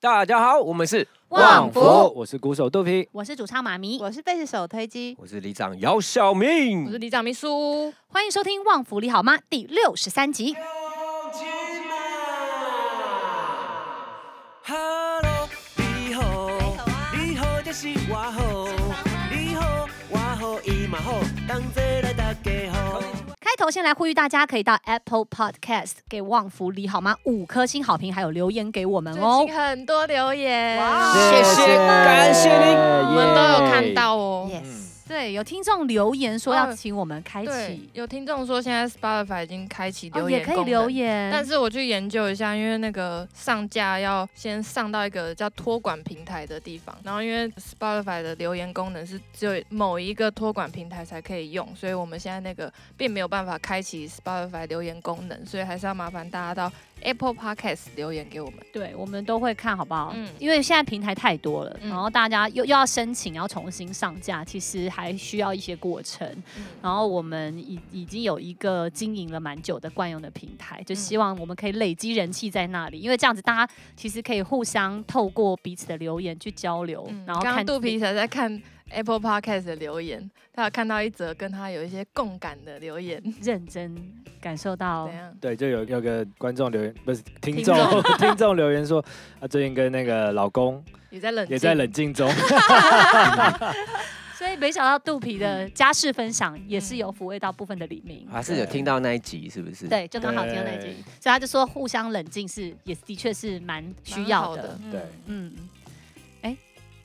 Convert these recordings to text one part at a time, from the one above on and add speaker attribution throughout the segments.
Speaker 1: 大家好，我们是
Speaker 2: 旺福
Speaker 1: 我是鼓手肚皮，
Speaker 2: 我是主唱妈咪，
Speaker 3: 我是贝斯手推机，
Speaker 1: 我是里长姚晓
Speaker 4: 嗯我
Speaker 1: 明
Speaker 4: 是。里长秘书。
Speaker 2: 欢迎收听《旺福你好吗》第六十三集。
Speaker 5: 哈喽，你好，你好就是我好，你好我好伊嘛好，同齐来大家好。
Speaker 2: 开头先来呼吁大家，可以到 Apple Podcast 给《旺福你好吗》五颗星好评，还有留言给我们
Speaker 4: 最
Speaker 2: 哦。
Speaker 4: 近啊很多留言，
Speaker 1: 谢谢，感谢您。
Speaker 4: 哦
Speaker 1: 嗯
Speaker 4: 我们都有看到哦。
Speaker 3: Yes，
Speaker 2: 嗯对，有听众留言说要
Speaker 4: 哦
Speaker 2: 请我们开
Speaker 4: 对
Speaker 2: 启，，
Speaker 4: 有听众说现在 Spotify 已经开启
Speaker 2: 哦
Speaker 4: 留
Speaker 2: 也
Speaker 4: 言
Speaker 2: 可
Speaker 4: 功能，
Speaker 2: 以留言，
Speaker 4: 但是我去研究一下，因为那个上架要先上到一个叫托管平台的地方，然后因为 Spotify 的留言功能是只有某一个托管平台才可以用，所以我们现在那个并没有办法开启 Spotify 留言功能，所以还是要麻烦大家到 Apple Podcast 留言给我们。
Speaker 2: 对，我们都会看好不好？
Speaker 4: 嗯
Speaker 2: 因为现在平台太多了，
Speaker 4: 嗯
Speaker 2: 然后大家又又要申请，要重新上架，其实还需要一些过程。
Speaker 4: 嗯
Speaker 2: 然后我们已已经有一个经营了蛮久的惯用的平台，就希望我们可以累积人气在那里，因为这样子大家其实可以互相透过彼此的留言去交流，
Speaker 4: 嗯
Speaker 2: 然后
Speaker 4: 刚
Speaker 2: 看
Speaker 4: 刚肚皮才在看 Apple Podcast 的留言，他有看到一则跟他有一些共感的留言，
Speaker 2: 认真感受到
Speaker 4: 怎。样？
Speaker 6: 对，就有有个观众留言，不是听
Speaker 4: 听
Speaker 6: 众
Speaker 4: 众
Speaker 6: 听众留言说，啊，最近跟那个老公
Speaker 4: 也在冷静，
Speaker 6: 也在冷静中，
Speaker 2: 所以没想到肚皮的嗯家事分享也是有抚慰到部分的李明。
Speaker 1: 还是有听到那一集，是不是？，
Speaker 2: 对，就刚好听到那一集
Speaker 6: 对，
Speaker 2: 所以他就说互相冷静是也的确是蛮需要的。
Speaker 4: 蛮好的
Speaker 6: 对，
Speaker 2: 嗯，哎，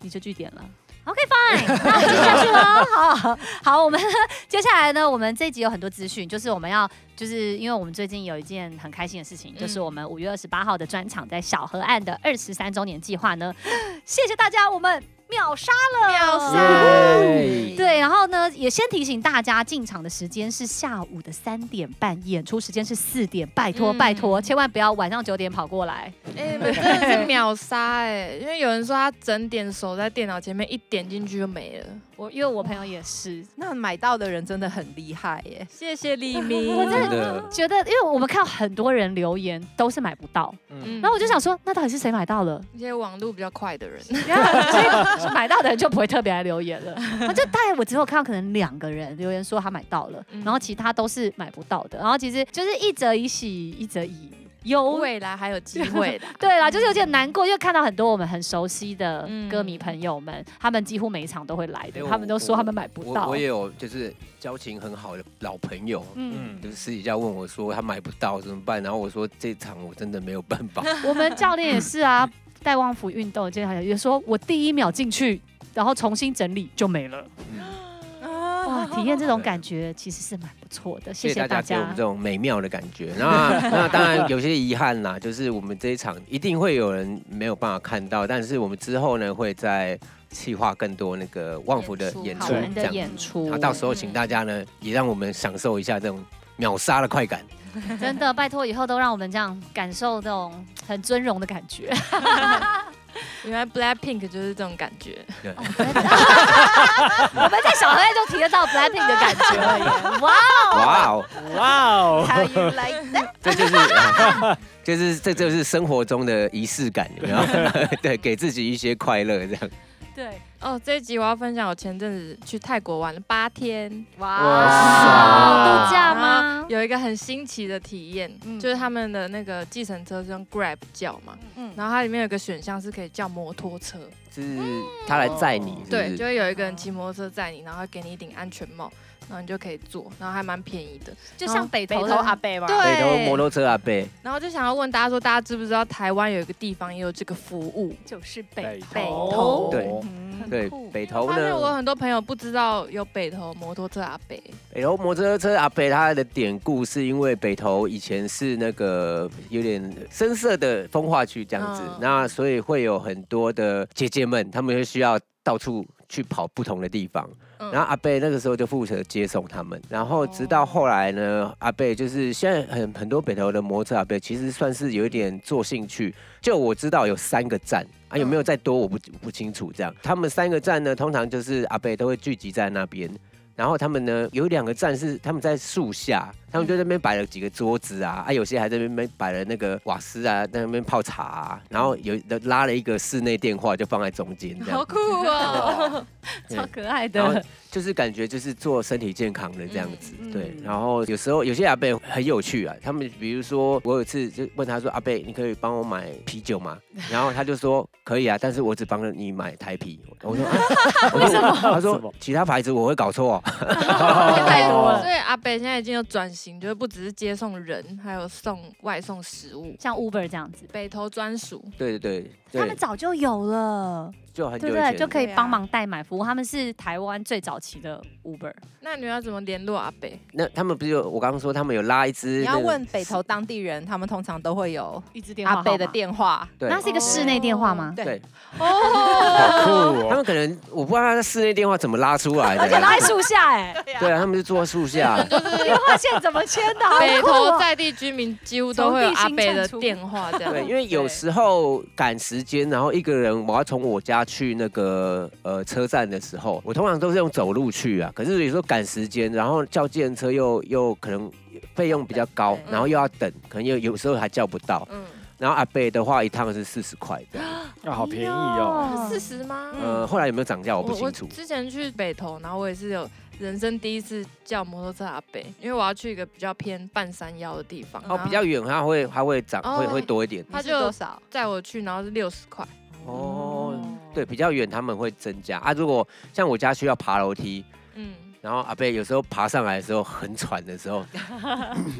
Speaker 2: 你就据点了。OK fine，那我们就下去 了。好好，我们 接下来呢，我们这一集有很多资讯，就是我们要，就是因为我们最近有一件很开心的事情，就是我们五月二十八号的专场在小河岸的二十三周年计划呢， 谢谢大家，我们秒杀了，
Speaker 4: 秒杀
Speaker 6: 耶
Speaker 2: 对，然后呢，也先提醒大家，进场的时间是下午的三点半，演出时间是四点，拜托、
Speaker 4: 嗯
Speaker 2: 拜托，千万不要晚上九点跑过来。
Speaker 4: 哎、你们真的是秒杀哎、因为有人说他整点守在电脑前面，一点进去就没了。
Speaker 2: 我因为我朋友也是，
Speaker 3: 那买到的人真的很厉害耶！
Speaker 4: 谢谢 李明，
Speaker 2: 我
Speaker 1: 真
Speaker 4: 嗯
Speaker 1: 的
Speaker 2: 觉得因为我们看到很多人留言都是买不到，
Speaker 4: 嗯
Speaker 2: 然后我就想说，那到底是谁买到 了？
Speaker 4: 一些网路比较快的人，
Speaker 2: 然后所以买到的人就不会特别来留 言了。我就大概我只有看到可能两个人留言说他买到了，
Speaker 4: 嗯
Speaker 2: 然后其他都是买不到的。然后其实就是一则以喜，一则以忧。
Speaker 4: 未来还有机 会的。
Speaker 2: 对啦，就是有点难过，因为看到很多我们很熟悉的
Speaker 4: 嗯
Speaker 2: 歌迷朋友们，他们几乎每一场都会来的
Speaker 1: 哎，我
Speaker 2: 他们都说他们买不
Speaker 1: 我
Speaker 2: 到
Speaker 1: 我。也有就是交情很好的老朋友，
Speaker 2: 嗯，
Speaker 6: 嗯
Speaker 1: 就是私底下问我说他买不到怎么办，然后我说这场我真的没有办法。
Speaker 2: 我们教练也是啊，戴旺福运动健康也说，我第一秒进去，然后重新整理就没了。哇， 体验这种感觉其实是蛮不错 的，
Speaker 1: 谢谢
Speaker 2: 谢谢
Speaker 1: 大家
Speaker 2: 大
Speaker 1: 给我们
Speaker 2: 家
Speaker 1: 这。种美妙的感觉。 那那当然有些遗憾啦，就是我们这一场一定会有人没有办法看到，但是我们之后呢会在企划更多那个旺福的演
Speaker 2: 好
Speaker 1: 出
Speaker 2: 玩
Speaker 1: 这
Speaker 2: 的
Speaker 1: 样。
Speaker 2: 演出
Speaker 1: 那，到时候请大家呢也让我们享受一下这种秒杀的快感。
Speaker 2: 真的拜托以后都让我们这样感受这种很尊荣的感 觉。
Speaker 4: 原来 Blackpink 就是这种感觉，
Speaker 1: 对，
Speaker 2: 我们在小黑就体验到 Blackpink 的感觉而已。哇，
Speaker 1: 哇哦，
Speaker 6: 哇哦，
Speaker 3: How you like that？
Speaker 1: 这就是。呃就是这就是生活中的仪式感，有没 有？对，给自己一些快乐这样。
Speaker 2: 对，
Speaker 4: 哦，这一集我要分享，我前阵子去泰国玩了八天，哦
Speaker 2: 哇，
Speaker 6: 哇
Speaker 2: 度假吗？
Speaker 4: 有一个很新奇的体验，
Speaker 3: 嗯
Speaker 4: 就是他们的那个计程车是用 Grab 叫嘛，
Speaker 3: 嗯，
Speaker 4: 然后它里面有个选项是可以叫摩托车，
Speaker 1: 是他来载你，是不
Speaker 4: 对，
Speaker 1: 是
Speaker 4: 就会有一个人骑摩托车载你，然后会给你一顶安全帽，然后你就可以坐，然后还蛮便宜的。
Speaker 2: 就像北
Speaker 3: 北
Speaker 2: 投
Speaker 3: 头阿
Speaker 2: 的，
Speaker 3: 贝吗？
Speaker 1: 北投摩
Speaker 4: 对，
Speaker 1: 托车阿贝，
Speaker 4: 然后就想要问大家说，大家知不知道台湾有一个地方也有这个服务？
Speaker 2: 就是
Speaker 6: 北
Speaker 2: 北
Speaker 6: 投
Speaker 2: 投。
Speaker 1: 对
Speaker 3: 嗯，
Speaker 1: 对
Speaker 2: 酷，
Speaker 1: 北投
Speaker 4: 发现哦我有
Speaker 1: 呢，
Speaker 4: 很多朋友不知道有北投摩托车阿北，
Speaker 1: 北投哎摩托车阿贝他的典故是因为北投以前是那个有点深色的风化区这样子，
Speaker 4: 嗯
Speaker 1: 那所以会有很多的姐姐们，她们就需要到处。去跑不同的地方，
Speaker 4: 嗯
Speaker 1: 然后阿贝那个时候就负责接送他们，然后直到后来呢，阿贝就是现在很很多北投的摩托车阿贝其实算是有一点做兴趣，就我知道有三个站啊，有没有再多我不不清楚。这样，他们三个站呢，通常就是阿北都会聚集在那边，然后他们呢有两个站是他们在树下，他们就在那边摆了几个桌子啊，啊有些还在那边摆了那个瓦斯啊，在那边泡茶、啊，然后有拉了一个室内电话就放在中间这
Speaker 4: 好
Speaker 1: 样，
Speaker 4: 酷 哦！
Speaker 1: 对
Speaker 2: 超可爱
Speaker 1: 然后
Speaker 2: 的。
Speaker 1: 就是感觉就是做身体健康的这样子，
Speaker 2: 嗯
Speaker 1: 对
Speaker 2: 嗯。
Speaker 1: 然后有时候有些阿贝很有趣啊，他们比如说我有一次就问他说：“阿贝，你可以帮我买啤酒吗？”然后他就说：“可以啊，但是我只帮了你买台啤。”我 说：“啊我说他
Speaker 6: 为什
Speaker 1: 说
Speaker 6: 么
Speaker 1: 其他牌子我会搞错、哦。
Speaker 2: 太多了
Speaker 4: 所以阿北现在已经有转型，就是不只是接送人，还有送外送食物。
Speaker 2: 像 Uber 这样子，
Speaker 4: 北投专属，”
Speaker 1: 对对
Speaker 2: 他
Speaker 1: 对
Speaker 2: 们
Speaker 1: 对，
Speaker 2: 早就有了，
Speaker 1: 就很久
Speaker 2: 对
Speaker 1: 以
Speaker 2: 不
Speaker 1: 前
Speaker 2: 对？
Speaker 1: 的
Speaker 2: 就可以
Speaker 3: 对啊
Speaker 2: 帮忙代买服务，他们是台湾最早期的 Uber。
Speaker 4: 那你要怎么联络阿北？
Speaker 1: 那他们不是有我刚刚说他们有拉一支
Speaker 3: 你
Speaker 1: 那
Speaker 3: 要
Speaker 1: 个
Speaker 3: 问北投当地人，他们通常都会有
Speaker 2: 一支电话
Speaker 3: 阿北的，电话。
Speaker 1: 对哦
Speaker 2: 那是一个室内电话
Speaker 4: 哦
Speaker 2: 吗？
Speaker 3: 对
Speaker 1: 对，
Speaker 6: 好酷
Speaker 1: 他
Speaker 6: 哦！
Speaker 1: 们可能我不知道他的室内电话怎么拉出来
Speaker 2: 而且
Speaker 1: 的，
Speaker 2: 拉在树下 哎、
Speaker 1: 对啊，他们就坐在树下。
Speaker 2: 电话线怎么牵的？好
Speaker 4: 北
Speaker 2: 酷
Speaker 4: 投
Speaker 2: 哦
Speaker 4: 在地居民几乎都会有阿北的电话， 这样。
Speaker 1: 对，因为有时候赶时间，然后一个人我要从我家去那个呃车站的时候，我通常都是用走路去啊。可是有时候赶时间，然后叫计程车又又可能费用比较高，
Speaker 3: 对
Speaker 1: 然后又要等，可能又有时候还叫不到。
Speaker 4: 嗯，
Speaker 1: 然后阿贝的话一趟是四十块这样，
Speaker 6: 啊，好便宜哦。
Speaker 4: 嗯
Speaker 2: 哎
Speaker 4: 四十吗？
Speaker 1: 呃，后来有没有涨价我不清楚
Speaker 4: 我。之前去北投，然后我也是有人生第一次叫摩托车阿北，因为我要去一个比较偏半山腰的地方。
Speaker 1: 哦，比较远，它会它会涨，
Speaker 4: 哦
Speaker 1: 会会多一点。
Speaker 4: 他
Speaker 3: 他
Speaker 4: 就
Speaker 3: 就多少？
Speaker 4: 载我去，然后是六十块。
Speaker 1: 哦，对，比较远他们会增加啊。如果像我家需要爬楼梯，
Speaker 4: 嗯，
Speaker 1: 然后阿贝有时候爬上来的时候很喘的时候，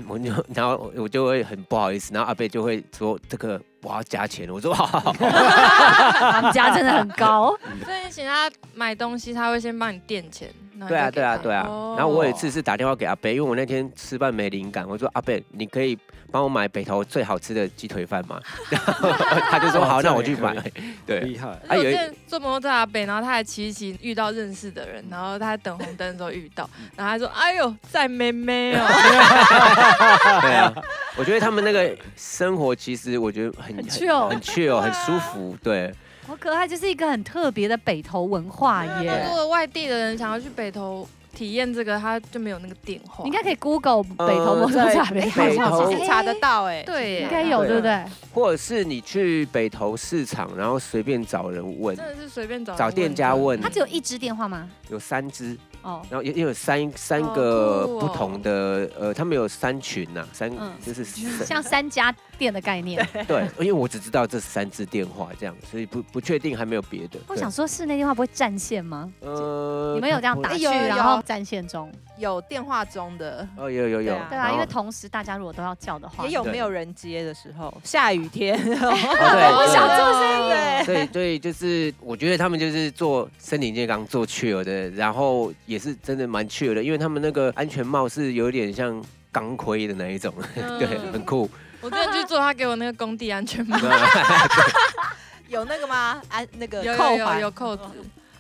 Speaker 1: 我就然后我就会很不好意思，然后阿贝就会说这个我要加钱，我说好好好，
Speaker 2: 他们家真的很 高，
Speaker 4: 所以你请他买东西，他会先帮你垫钱。然后
Speaker 1: 对啊
Speaker 4: 再给
Speaker 1: 对啊
Speaker 4: 他
Speaker 1: 对啊
Speaker 4: 哦。
Speaker 1: 然后我有一次是打电话给阿贝，因为我那天吃饭没灵感，我说阿贝你可以帮我买北投最好吃的鸡腿饭吗？ 然后他就说好，那我去买。对，
Speaker 6: 哎厉害，
Speaker 1: 啊
Speaker 4: 而且我
Speaker 1: 有一
Speaker 4: 之前坐摩托车阿北，然后他还骑一骑遇到认识的人，然后他在等红灯的时候遇到，然后他说：“哎呦，在妹妹哦。
Speaker 1: 对啊，我觉得他们那个生活其实我觉得很
Speaker 2: 很 chill
Speaker 1: 很 chill，很舒服，对。
Speaker 2: 好可爱，就是一个很特别的北投文化
Speaker 4: 那如
Speaker 2: 耶。
Speaker 4: 果外地的人想要去北投体验这个，他就没有那个电话。
Speaker 2: 你应该可以 Google 北投摩托车阿北，
Speaker 1: 北
Speaker 3: 好
Speaker 1: 投
Speaker 3: 像其实查得到哎。
Speaker 4: 对耶，
Speaker 2: 应该有对啊不对？
Speaker 1: 或者是你去北投市场，然后随便找人问
Speaker 4: 真，的是随便找人
Speaker 1: 找店家问，
Speaker 2: 它只有一支电话吗？
Speaker 1: 有三只，
Speaker 2: 哦，
Speaker 1: 然后也也有三三
Speaker 4: 好
Speaker 1: 个
Speaker 4: 酷哦
Speaker 1: 不同的，呃，他们有三群呐、三、
Speaker 2: 嗯
Speaker 1: 就是
Speaker 2: 像三家店的概念。
Speaker 1: 对，因为我只知道这三支电话这样，所以不不确定还没有别的。
Speaker 2: 我
Speaker 1: 对
Speaker 2: 想，说室内电话不会占线吗？
Speaker 1: 呃
Speaker 2: 你们哎有这样打
Speaker 1: 我
Speaker 2: 去，
Speaker 3: 有有有
Speaker 2: 然后占线中？
Speaker 3: 有电话中的，
Speaker 1: 哦，有有有，
Speaker 3: 对啊
Speaker 2: 对
Speaker 1: 然
Speaker 2: 啊，
Speaker 1: 后
Speaker 2: 因为同时大家如果都要叫的话，
Speaker 3: 也有
Speaker 1: 对
Speaker 3: 没有人接的时候， 下雨天，
Speaker 1: 哦
Speaker 2: 我
Speaker 1: 对
Speaker 2: 想
Speaker 1: 对
Speaker 2: 做
Speaker 3: 对
Speaker 1: 所以对，就是我觉得他们就是做身体健康、做 chill 的，然后也是真的蛮 chill 的，因为他们那个安全帽是有点像钢盔的那一种，
Speaker 4: 嗯
Speaker 1: 对，很酷。
Speaker 4: 我之前去做他给我那个工地安全帽，
Speaker 3: 有那个吗？安、那个
Speaker 4: 有有
Speaker 3: 扣
Speaker 4: 有
Speaker 3: 环
Speaker 4: 有扣子。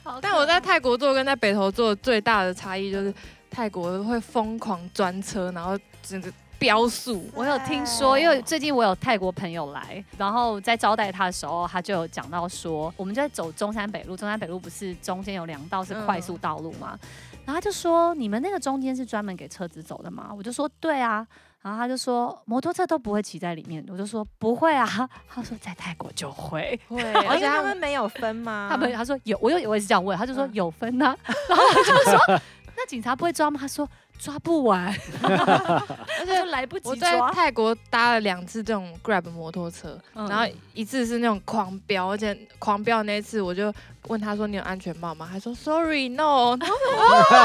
Speaker 2: 好可爱
Speaker 4: 但我在泰国做跟在北投做最大的差异就是，泰国会疯狂专车，然后整个飙速。
Speaker 2: 我有听
Speaker 4: 哎
Speaker 2: 说，因为最近我有泰国朋友来，然后在招待他的时候，他就有讲到说，我们就在走中山北路，中山北路不是中间有两道是快速道路吗？
Speaker 4: 嗯
Speaker 2: 然后他就说，你们那个中间是专门给车子走的吗？我就说对啊，然后他就说摩托车都不会骑在里面，我就说不会啊， 他说在泰国就会。
Speaker 4: 会，
Speaker 3: 哦
Speaker 4: 而
Speaker 3: 因
Speaker 4: 且
Speaker 3: 为
Speaker 4: 他
Speaker 3: 他
Speaker 4: 们
Speaker 3: 们没有分吗？
Speaker 2: 他 们他说有，我有我也是这样问，他就说
Speaker 4: 嗯
Speaker 2: 有分呐、 然后我就说那警察不会抓吗？他说抓不完，
Speaker 4: 而
Speaker 2: 他说
Speaker 4: 且
Speaker 2: 来不及
Speaker 4: 我在
Speaker 2: 抓。
Speaker 4: 泰国搭了两次这种 Grab 摩托车，
Speaker 2: 嗯
Speaker 4: 然后一次是那种狂飙，而且狂飙那一次我就问他说你有安全帽吗？他说 Sorry no，
Speaker 2: 嗯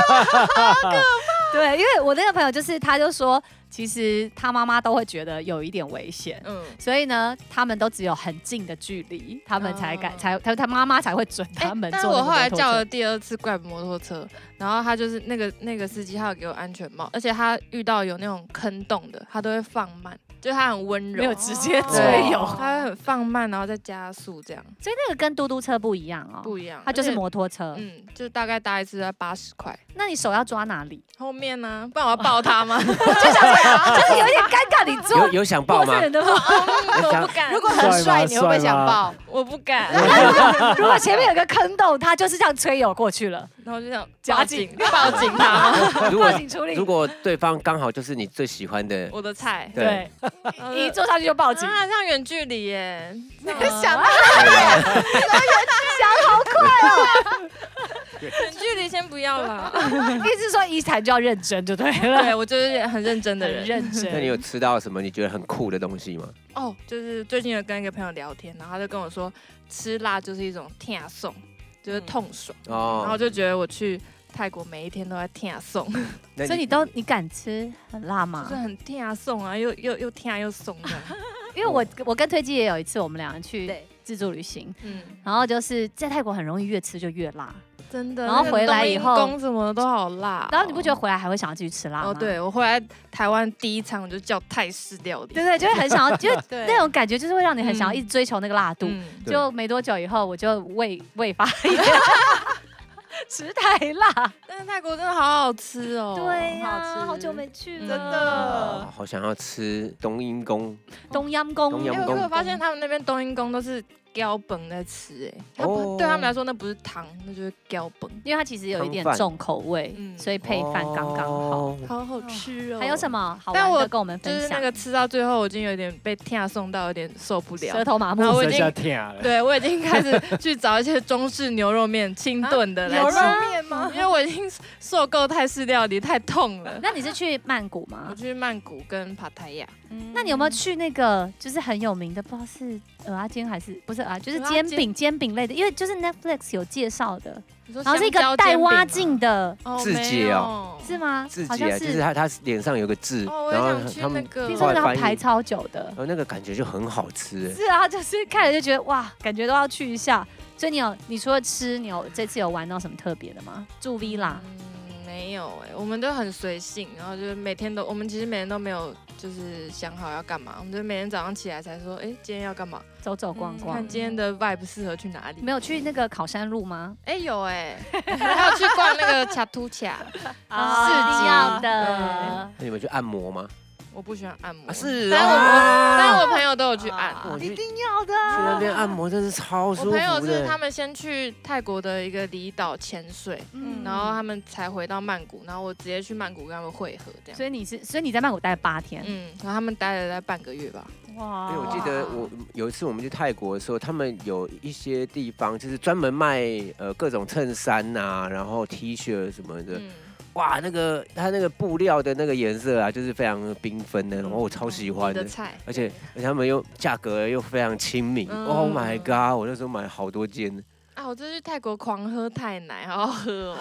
Speaker 2: 对，因为我那个朋友就是，他就说，其实他妈妈都会觉得有一点危险。
Speaker 4: 嗯。
Speaker 2: 所以呢，他们都只有很近的距离，他们才敢、
Speaker 4: 哦
Speaker 2: 才他他妈妈才会准
Speaker 4: 哎
Speaker 2: 他们
Speaker 4: 但是
Speaker 2: 坐那
Speaker 4: 我
Speaker 2: 个摩托车。
Speaker 4: 后来叫了第二次 Grab 摩托车，然后他就是那个那个司机，他有给我安全帽，而且他遇到有那种坑洞的，他都会放慢，就是他很温
Speaker 2: 没有
Speaker 4: 柔，
Speaker 2: 直接
Speaker 4: 哦
Speaker 1: 对
Speaker 2: 追油，
Speaker 4: 他会很放慢，然后再加速，这样
Speaker 2: 所以那个跟嘟嘟车不一样哦，
Speaker 4: 不一样。
Speaker 2: 它就是
Speaker 4: 而且，
Speaker 2: 摩托车。
Speaker 4: 嗯，就大概搭一次要八十块。
Speaker 2: 那你手要抓哪 里？
Speaker 4: 后面呢？不然我要抱他吗？
Speaker 2: 哦
Speaker 4: 啊
Speaker 2: 就是有一点尴尬，你
Speaker 1: 有
Speaker 2: 坐
Speaker 1: 有想报
Speaker 2: 陌
Speaker 1: 吗
Speaker 2: 生？人的 吗？
Speaker 1: 想
Speaker 3: 如果很帅，
Speaker 6: 帅吗
Speaker 3: 你会不会
Speaker 6: 帅
Speaker 3: 想
Speaker 6: 吗
Speaker 3: 抱？
Speaker 4: 我不敢。
Speaker 2: 如果前面有个坑洞，他就是这样吹油过去了。
Speaker 4: 然后就想
Speaker 2: 夹
Speaker 4: 报
Speaker 2: 紧
Speaker 4: 警报警他，
Speaker 1: 如
Speaker 2: 报
Speaker 1: 果
Speaker 2: 警处理
Speaker 1: 如。果对方刚好就是你最喜欢的，
Speaker 4: 我的菜，
Speaker 2: 对，
Speaker 4: 然后就
Speaker 2: 一坐上去就报警，
Speaker 4: 啊，像远距离耶，
Speaker 3: 想
Speaker 2: 啊想好
Speaker 4: 远距离先不要 啦。
Speaker 2: 快，意思说一才就要认真就对了，
Speaker 4: 对我就是很认真的
Speaker 2: 很
Speaker 4: 人。
Speaker 2: 认
Speaker 1: 那你
Speaker 2: 真。
Speaker 1: 有吃到什么你觉得很酷的东西吗？
Speaker 4: 哦，就是最近有跟一个朋友聊天，然后他就跟我说，吃辣就是一种痛送，就是
Speaker 2: 嗯
Speaker 4: 痛爽，然后
Speaker 1: 哦，
Speaker 4: 就觉得我去。泰国每一天都在痛送，
Speaker 1: 那
Speaker 2: 所以你都你敢吃很辣
Speaker 4: 就
Speaker 2: 吗
Speaker 4: 是？很痛送啊，又又又痛又送这样。
Speaker 2: 因为我我跟推机也有一次，我们两个去
Speaker 3: 对，
Speaker 2: 自助旅行，
Speaker 4: 嗯，
Speaker 2: 然后就是在泰国很容易越吃就越辣，
Speaker 4: 真的。
Speaker 2: 然后
Speaker 4: 那个
Speaker 2: 回来
Speaker 4: 冬
Speaker 2: 以
Speaker 4: 阴
Speaker 2: 后
Speaker 4: 功什么都好辣哦、
Speaker 2: 然后你不啊觉得回来还会想要继续吃辣吗？
Speaker 4: 哦，对，我回来台湾第一餐我就叫泰式料理。
Speaker 2: 对对，就会很想要， 就是
Speaker 3: 对
Speaker 2: 那种感觉，就是会让你很想要
Speaker 4: 嗯
Speaker 2: 一直追求那个辣度。
Speaker 4: 嗯，
Speaker 1: 对
Speaker 2: 就没多久以后，我就胃 胃发炎，吃太辣。
Speaker 4: 但是泰国真的好好吃哦。
Speaker 2: 呀、
Speaker 3: 好吃
Speaker 2: 好久没去了，
Speaker 4: 真
Speaker 1: 哦
Speaker 3: 的
Speaker 2: 呃
Speaker 1: 好想要吃冬阴功，
Speaker 2: 东阳宫，
Speaker 1: 东
Speaker 4: 哎，
Speaker 1: 阳
Speaker 4: 我
Speaker 1: 宫
Speaker 4: 我发现他们那边冬阴功都是胶本在吃，哎，他不
Speaker 1: 哦
Speaker 4: 对他们来说那不是汤，那就是胶本，
Speaker 2: 因为它其实有一点
Speaker 1: 汤饭
Speaker 2: 重口味，
Speaker 4: 嗯
Speaker 2: 所以配饭刚刚好。
Speaker 1: 哦
Speaker 4: 好好吃哦
Speaker 2: 还有什？么好
Speaker 4: 但
Speaker 2: 玩
Speaker 4: 我
Speaker 2: 的跟我们
Speaker 4: 就
Speaker 2: 分
Speaker 4: 是那
Speaker 2: 享？
Speaker 4: 个吃到最后，我已经有点被天送到，有点受不了
Speaker 2: 舌。头麻木
Speaker 4: 然，后我已
Speaker 6: 剩
Speaker 4: 经
Speaker 6: 下天了。
Speaker 4: 对，我已经开始去找一些中式牛肉面、清炖的来
Speaker 3: 牛
Speaker 2: 啊
Speaker 4: 吃，
Speaker 3: 肉面吗？
Speaker 4: 因为我已经受够泰式料理太痛了。
Speaker 2: 那你是去曼谷吗
Speaker 4: 我？去曼谷跟帕泰亚，
Speaker 3: 嗯
Speaker 2: 那你有没有去那个就是很有名的，不知道是鹅阿煎还是不是啊？就是
Speaker 4: 蚵仔
Speaker 2: 煎
Speaker 4: 煎
Speaker 2: 饼煎饼类的，因为就是 Netflix 有介绍的，
Speaker 4: 你说
Speaker 2: 然后是一个
Speaker 4: 香蕉煎
Speaker 2: 带
Speaker 4: 饼吗
Speaker 2: 蛙镜的，
Speaker 4: 哦
Speaker 1: 自己
Speaker 4: 哦
Speaker 2: 是吗？
Speaker 1: 自
Speaker 2: 好
Speaker 1: 己
Speaker 2: 像
Speaker 1: 啊，就是他他脸上有个痣，
Speaker 4: 哦，我也
Speaker 1: 然后
Speaker 4: 想去
Speaker 1: 他
Speaker 4: 那
Speaker 1: 们
Speaker 4: 个，
Speaker 2: 听
Speaker 1: 后
Speaker 2: 说
Speaker 1: 来
Speaker 2: 要
Speaker 1: 翻译
Speaker 2: 排超久的
Speaker 1: 然。后那个感觉就很好吃，哎
Speaker 2: 是啊，就是看了就觉得哇，感觉都要去一下。所以你有，你除了吃，你有这次有玩到什么特别的吗？住 villa，
Speaker 4: 嗯，没有哎、我们都很随性，然后就是每天都，我们其实每天都没有就是想好要干嘛，我们就每天早上起来才说，哎、今天要干嘛？
Speaker 2: 走走逛逛。
Speaker 4: 看今天的 vibe 适合去哪里？
Speaker 2: 没有去那个考山路吗？
Speaker 4: 哎、有哎、还有去逛那个卡图卡，
Speaker 2: 啊，
Speaker 4: 市
Speaker 2: 是
Speaker 4: 集
Speaker 2: 这样
Speaker 4: 嗯
Speaker 2: 的。
Speaker 1: 那你们去按摩吗？
Speaker 4: 我不喜欢按摩，
Speaker 1: 啊是
Speaker 4: 但我、
Speaker 1: 啊
Speaker 4: 但我朋友都有去按。
Speaker 3: 啊
Speaker 1: 我去去
Speaker 2: 定要的。
Speaker 1: 那边按摩真是超
Speaker 4: 我
Speaker 1: 舒服
Speaker 4: 朋友
Speaker 1: 的
Speaker 4: 是他们先去泰国的一个离岛潜水，
Speaker 2: 嗯
Speaker 4: 然后他们才回到曼谷，然后我直接去曼谷跟他们会合这样。
Speaker 2: 所以你是，所以你在曼谷待了八天。
Speaker 4: 嗯，然后他们待了大概半个月吧。
Speaker 2: 哇
Speaker 1: 哎因为我记
Speaker 4: 哦
Speaker 1: 得我有一次我们去泰国的时候，他们有一些地方就是专门卖呃各种衬衫呐、然后 T 恤什么的，
Speaker 4: 嗯，
Speaker 1: 哇，那个它那个布料的那个颜色啊，就是非常缤纷的，然后我超喜欢
Speaker 4: 嗯你
Speaker 1: 的
Speaker 4: 的，菜，
Speaker 1: 而且而且他们又价格又非常亲民、
Speaker 4: 嗯
Speaker 1: o h my god！我那时候买好多件，
Speaker 4: 啊，我这去泰国狂喝泰奶，好好喝哦，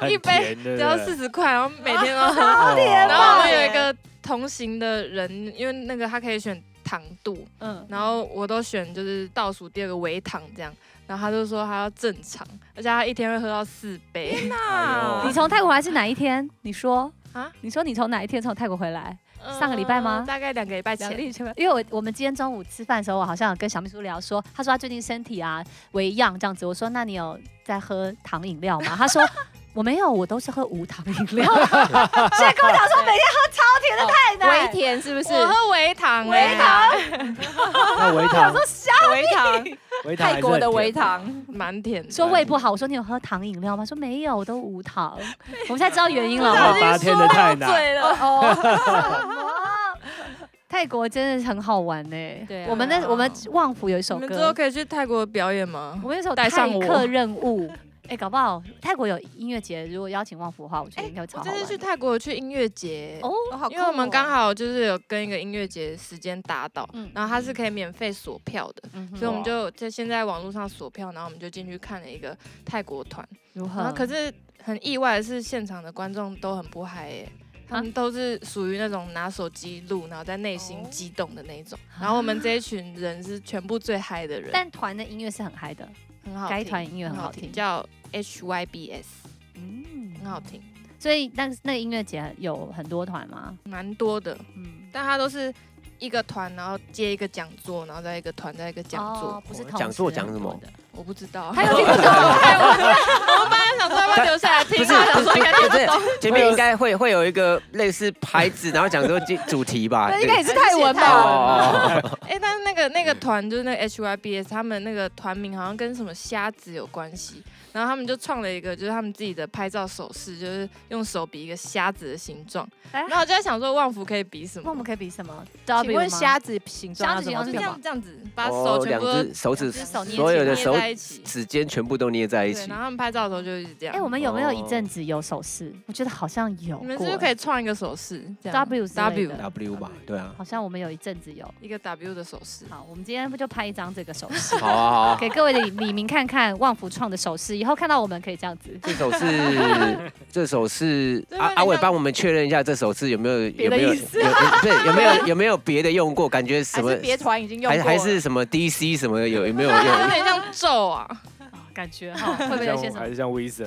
Speaker 6: 很
Speaker 4: 一杯
Speaker 6: 甜对
Speaker 4: 只
Speaker 6: 不
Speaker 4: 要
Speaker 6: 对
Speaker 4: 四十块， 然后每啊天都喝。
Speaker 6: 哦
Speaker 4: 然后我们有一个同行的人，因为那个他可以选糖度，
Speaker 2: 嗯，
Speaker 4: 然后我都选就是倒数第二个微糖这样，然后他就说他要正常，而且他一天会喝到四杯。
Speaker 1: 哎呦
Speaker 2: 你从泰国回来是哪一天？你说啊
Speaker 4: 啊？
Speaker 2: 你说你从哪一天从泰国回来？上个礼拜吗
Speaker 4: 呃大概两个礼拜
Speaker 2: 两个
Speaker 4: 前。
Speaker 2: 礼拜因为我我们今天中午吃饭的时候，我好像有跟小秘书聊说，他说他最近身体啊为恙这样子。我说那你有在喝糖饮料吗？他说我没有，我都是喝无糖饮料。所以跟我讲说每天喝超甜的太
Speaker 3: 微
Speaker 2: 奶，
Speaker 3: 甜是不是？
Speaker 4: 我喝微糖、欸，
Speaker 2: 微糖
Speaker 6: 那维糖，
Speaker 3: 微糖，
Speaker 6: 维糖还
Speaker 3: 泰
Speaker 6: 是
Speaker 3: 国的
Speaker 6: 很
Speaker 3: 微
Speaker 6: 甜吧，
Speaker 3: 糖，
Speaker 4: 蛮甜的。
Speaker 2: 说胃不好，我说你有喝糖饮料吗？他说没有，我都无 糖。我们现在知道原因
Speaker 6: 然
Speaker 4: 啊
Speaker 2: 了。
Speaker 6: 后八天的太奶，
Speaker 3: 哦哦，
Speaker 2: 泰国真的很好玩呢、
Speaker 3: 对啊
Speaker 2: 我们
Speaker 4: 哦
Speaker 2: 那我们旺福有一首
Speaker 4: 你们之后
Speaker 2: 歌，
Speaker 4: 可以去泰国表演吗
Speaker 2: 我？们有一首
Speaker 4: 带上
Speaker 2: 泰
Speaker 4: 我
Speaker 2: 克任 务。哎、搞不好泰国有音乐节，如果邀请旺福的话，我觉得应该会超
Speaker 4: 我
Speaker 2: 好
Speaker 4: 这
Speaker 2: 玩的。
Speaker 4: 次去泰国有去音乐节，
Speaker 2: 哦，
Speaker 3: 好酷
Speaker 4: 因为我们
Speaker 3: 哦
Speaker 4: 刚好就是有跟一个音乐节时间搭到，
Speaker 2: 嗯
Speaker 4: 然后它是可以免费锁票的，
Speaker 2: 嗯哼
Speaker 4: 所以我们就在先在网络上锁票，然后我们就进去看了一个泰国团，
Speaker 2: 如
Speaker 4: 然
Speaker 2: 何？
Speaker 4: 后可是很意外的是，现场的观众都很不嗨耶、
Speaker 2: 啊
Speaker 4: 他们都是属于那种拿手机录，然后在内
Speaker 2: 哦
Speaker 4: 心激动的那
Speaker 2: 嗯
Speaker 4: 种。
Speaker 2: 啊
Speaker 4: 然后我们这一群人是全部最嗨的人，
Speaker 2: 但团的音乐是很嗨的，
Speaker 4: 很好听，
Speaker 2: 该团音乐很好听
Speaker 4: 叫 HYBS，
Speaker 2: 嗯，
Speaker 4: 很好。听，
Speaker 2: 所以那那个音乐节有很多团吗？
Speaker 4: 蛮多的。
Speaker 2: 嗯，
Speaker 4: 但它都是一个团，然后接一个讲座，然后再一个团，再一个讲座。
Speaker 2: 哦不是
Speaker 1: 讲座讲什么
Speaker 2: 的，
Speaker 4: 我不知道，
Speaker 2: 他又听不懂，
Speaker 4: 我们本来想说要不要留下来听，
Speaker 1: 不是，
Speaker 4: 然后
Speaker 1: 不
Speaker 4: 想说
Speaker 1: 是
Speaker 4: 应该听
Speaker 1: 不是
Speaker 4: 不懂。
Speaker 1: 前面应该会会有一个类似牌子，然后讲说主主题吧。
Speaker 2: 那
Speaker 1: 对
Speaker 2: 应该也是泰文
Speaker 1: 哦
Speaker 4: 啊
Speaker 2: 吧？
Speaker 1: 哦，哦哦
Speaker 4: 哎、但是那个那个团就是那个 HYBS，他们那个团名好像跟什么虾子有关系，然后他们就创了一个就是他们自己的拍照手势，就是用手比一个虾子的形状。
Speaker 2: 哎
Speaker 4: 然后我就在想说，旺福可以比什
Speaker 2: 那我
Speaker 4: 么
Speaker 2: 们？可以比什么？
Speaker 3: 请问虾子形状
Speaker 2: 虾
Speaker 3: 要
Speaker 2: 子形状这
Speaker 4: 就是这
Speaker 3: 怎么变
Speaker 2: 样
Speaker 4: 样这样子，把
Speaker 1: 哦
Speaker 4: 手全
Speaker 1: 两
Speaker 4: 部都
Speaker 1: 只手指
Speaker 2: 两只手捏
Speaker 1: 所有的
Speaker 4: 捏
Speaker 1: 手
Speaker 4: 在一起。
Speaker 1: 指尖全部都捏在一
Speaker 4: 对，
Speaker 1: 起
Speaker 4: 然。后他们拍照的时候就是这样。
Speaker 2: 哎，我们有没有一
Speaker 1: 哦
Speaker 2: 阵子有手势？我觉得好像有
Speaker 4: 你们是
Speaker 2: 过
Speaker 4: 不是可以创一个手势这样
Speaker 2: W 之类
Speaker 4: W
Speaker 2: 的
Speaker 1: W 吧，对 啊。
Speaker 2: 好像我们有一阵子有。
Speaker 4: 一个 W 的手势？
Speaker 2: 好，我们今天不就拍一张这个 手势，
Speaker 1: 好啊好啊，
Speaker 2: 给各位的李明看看旺福创的手势，以后看到我们可以这样子。
Speaker 1: 这首是这首是
Speaker 4: 对
Speaker 1: 阿
Speaker 4: 有点
Speaker 1: 阿伟
Speaker 4: 像
Speaker 1: 帮我们确认一下这首是有没有
Speaker 3: 别
Speaker 1: 有
Speaker 3: 的
Speaker 1: 没有
Speaker 3: 意
Speaker 1: 有不是有没有有没有别的用过？感觉什
Speaker 3: 还
Speaker 1: 么
Speaker 3: 是别团已经用
Speaker 1: 还
Speaker 3: 过了，
Speaker 1: 还是什么 DC 什么的有有没有
Speaker 4: 有
Speaker 1: 用？
Speaker 4: 点像咒啊，
Speaker 2: 啊感 觉哈，会不会有一些
Speaker 6: 像
Speaker 2: 什么
Speaker 6: 还是像 Visa，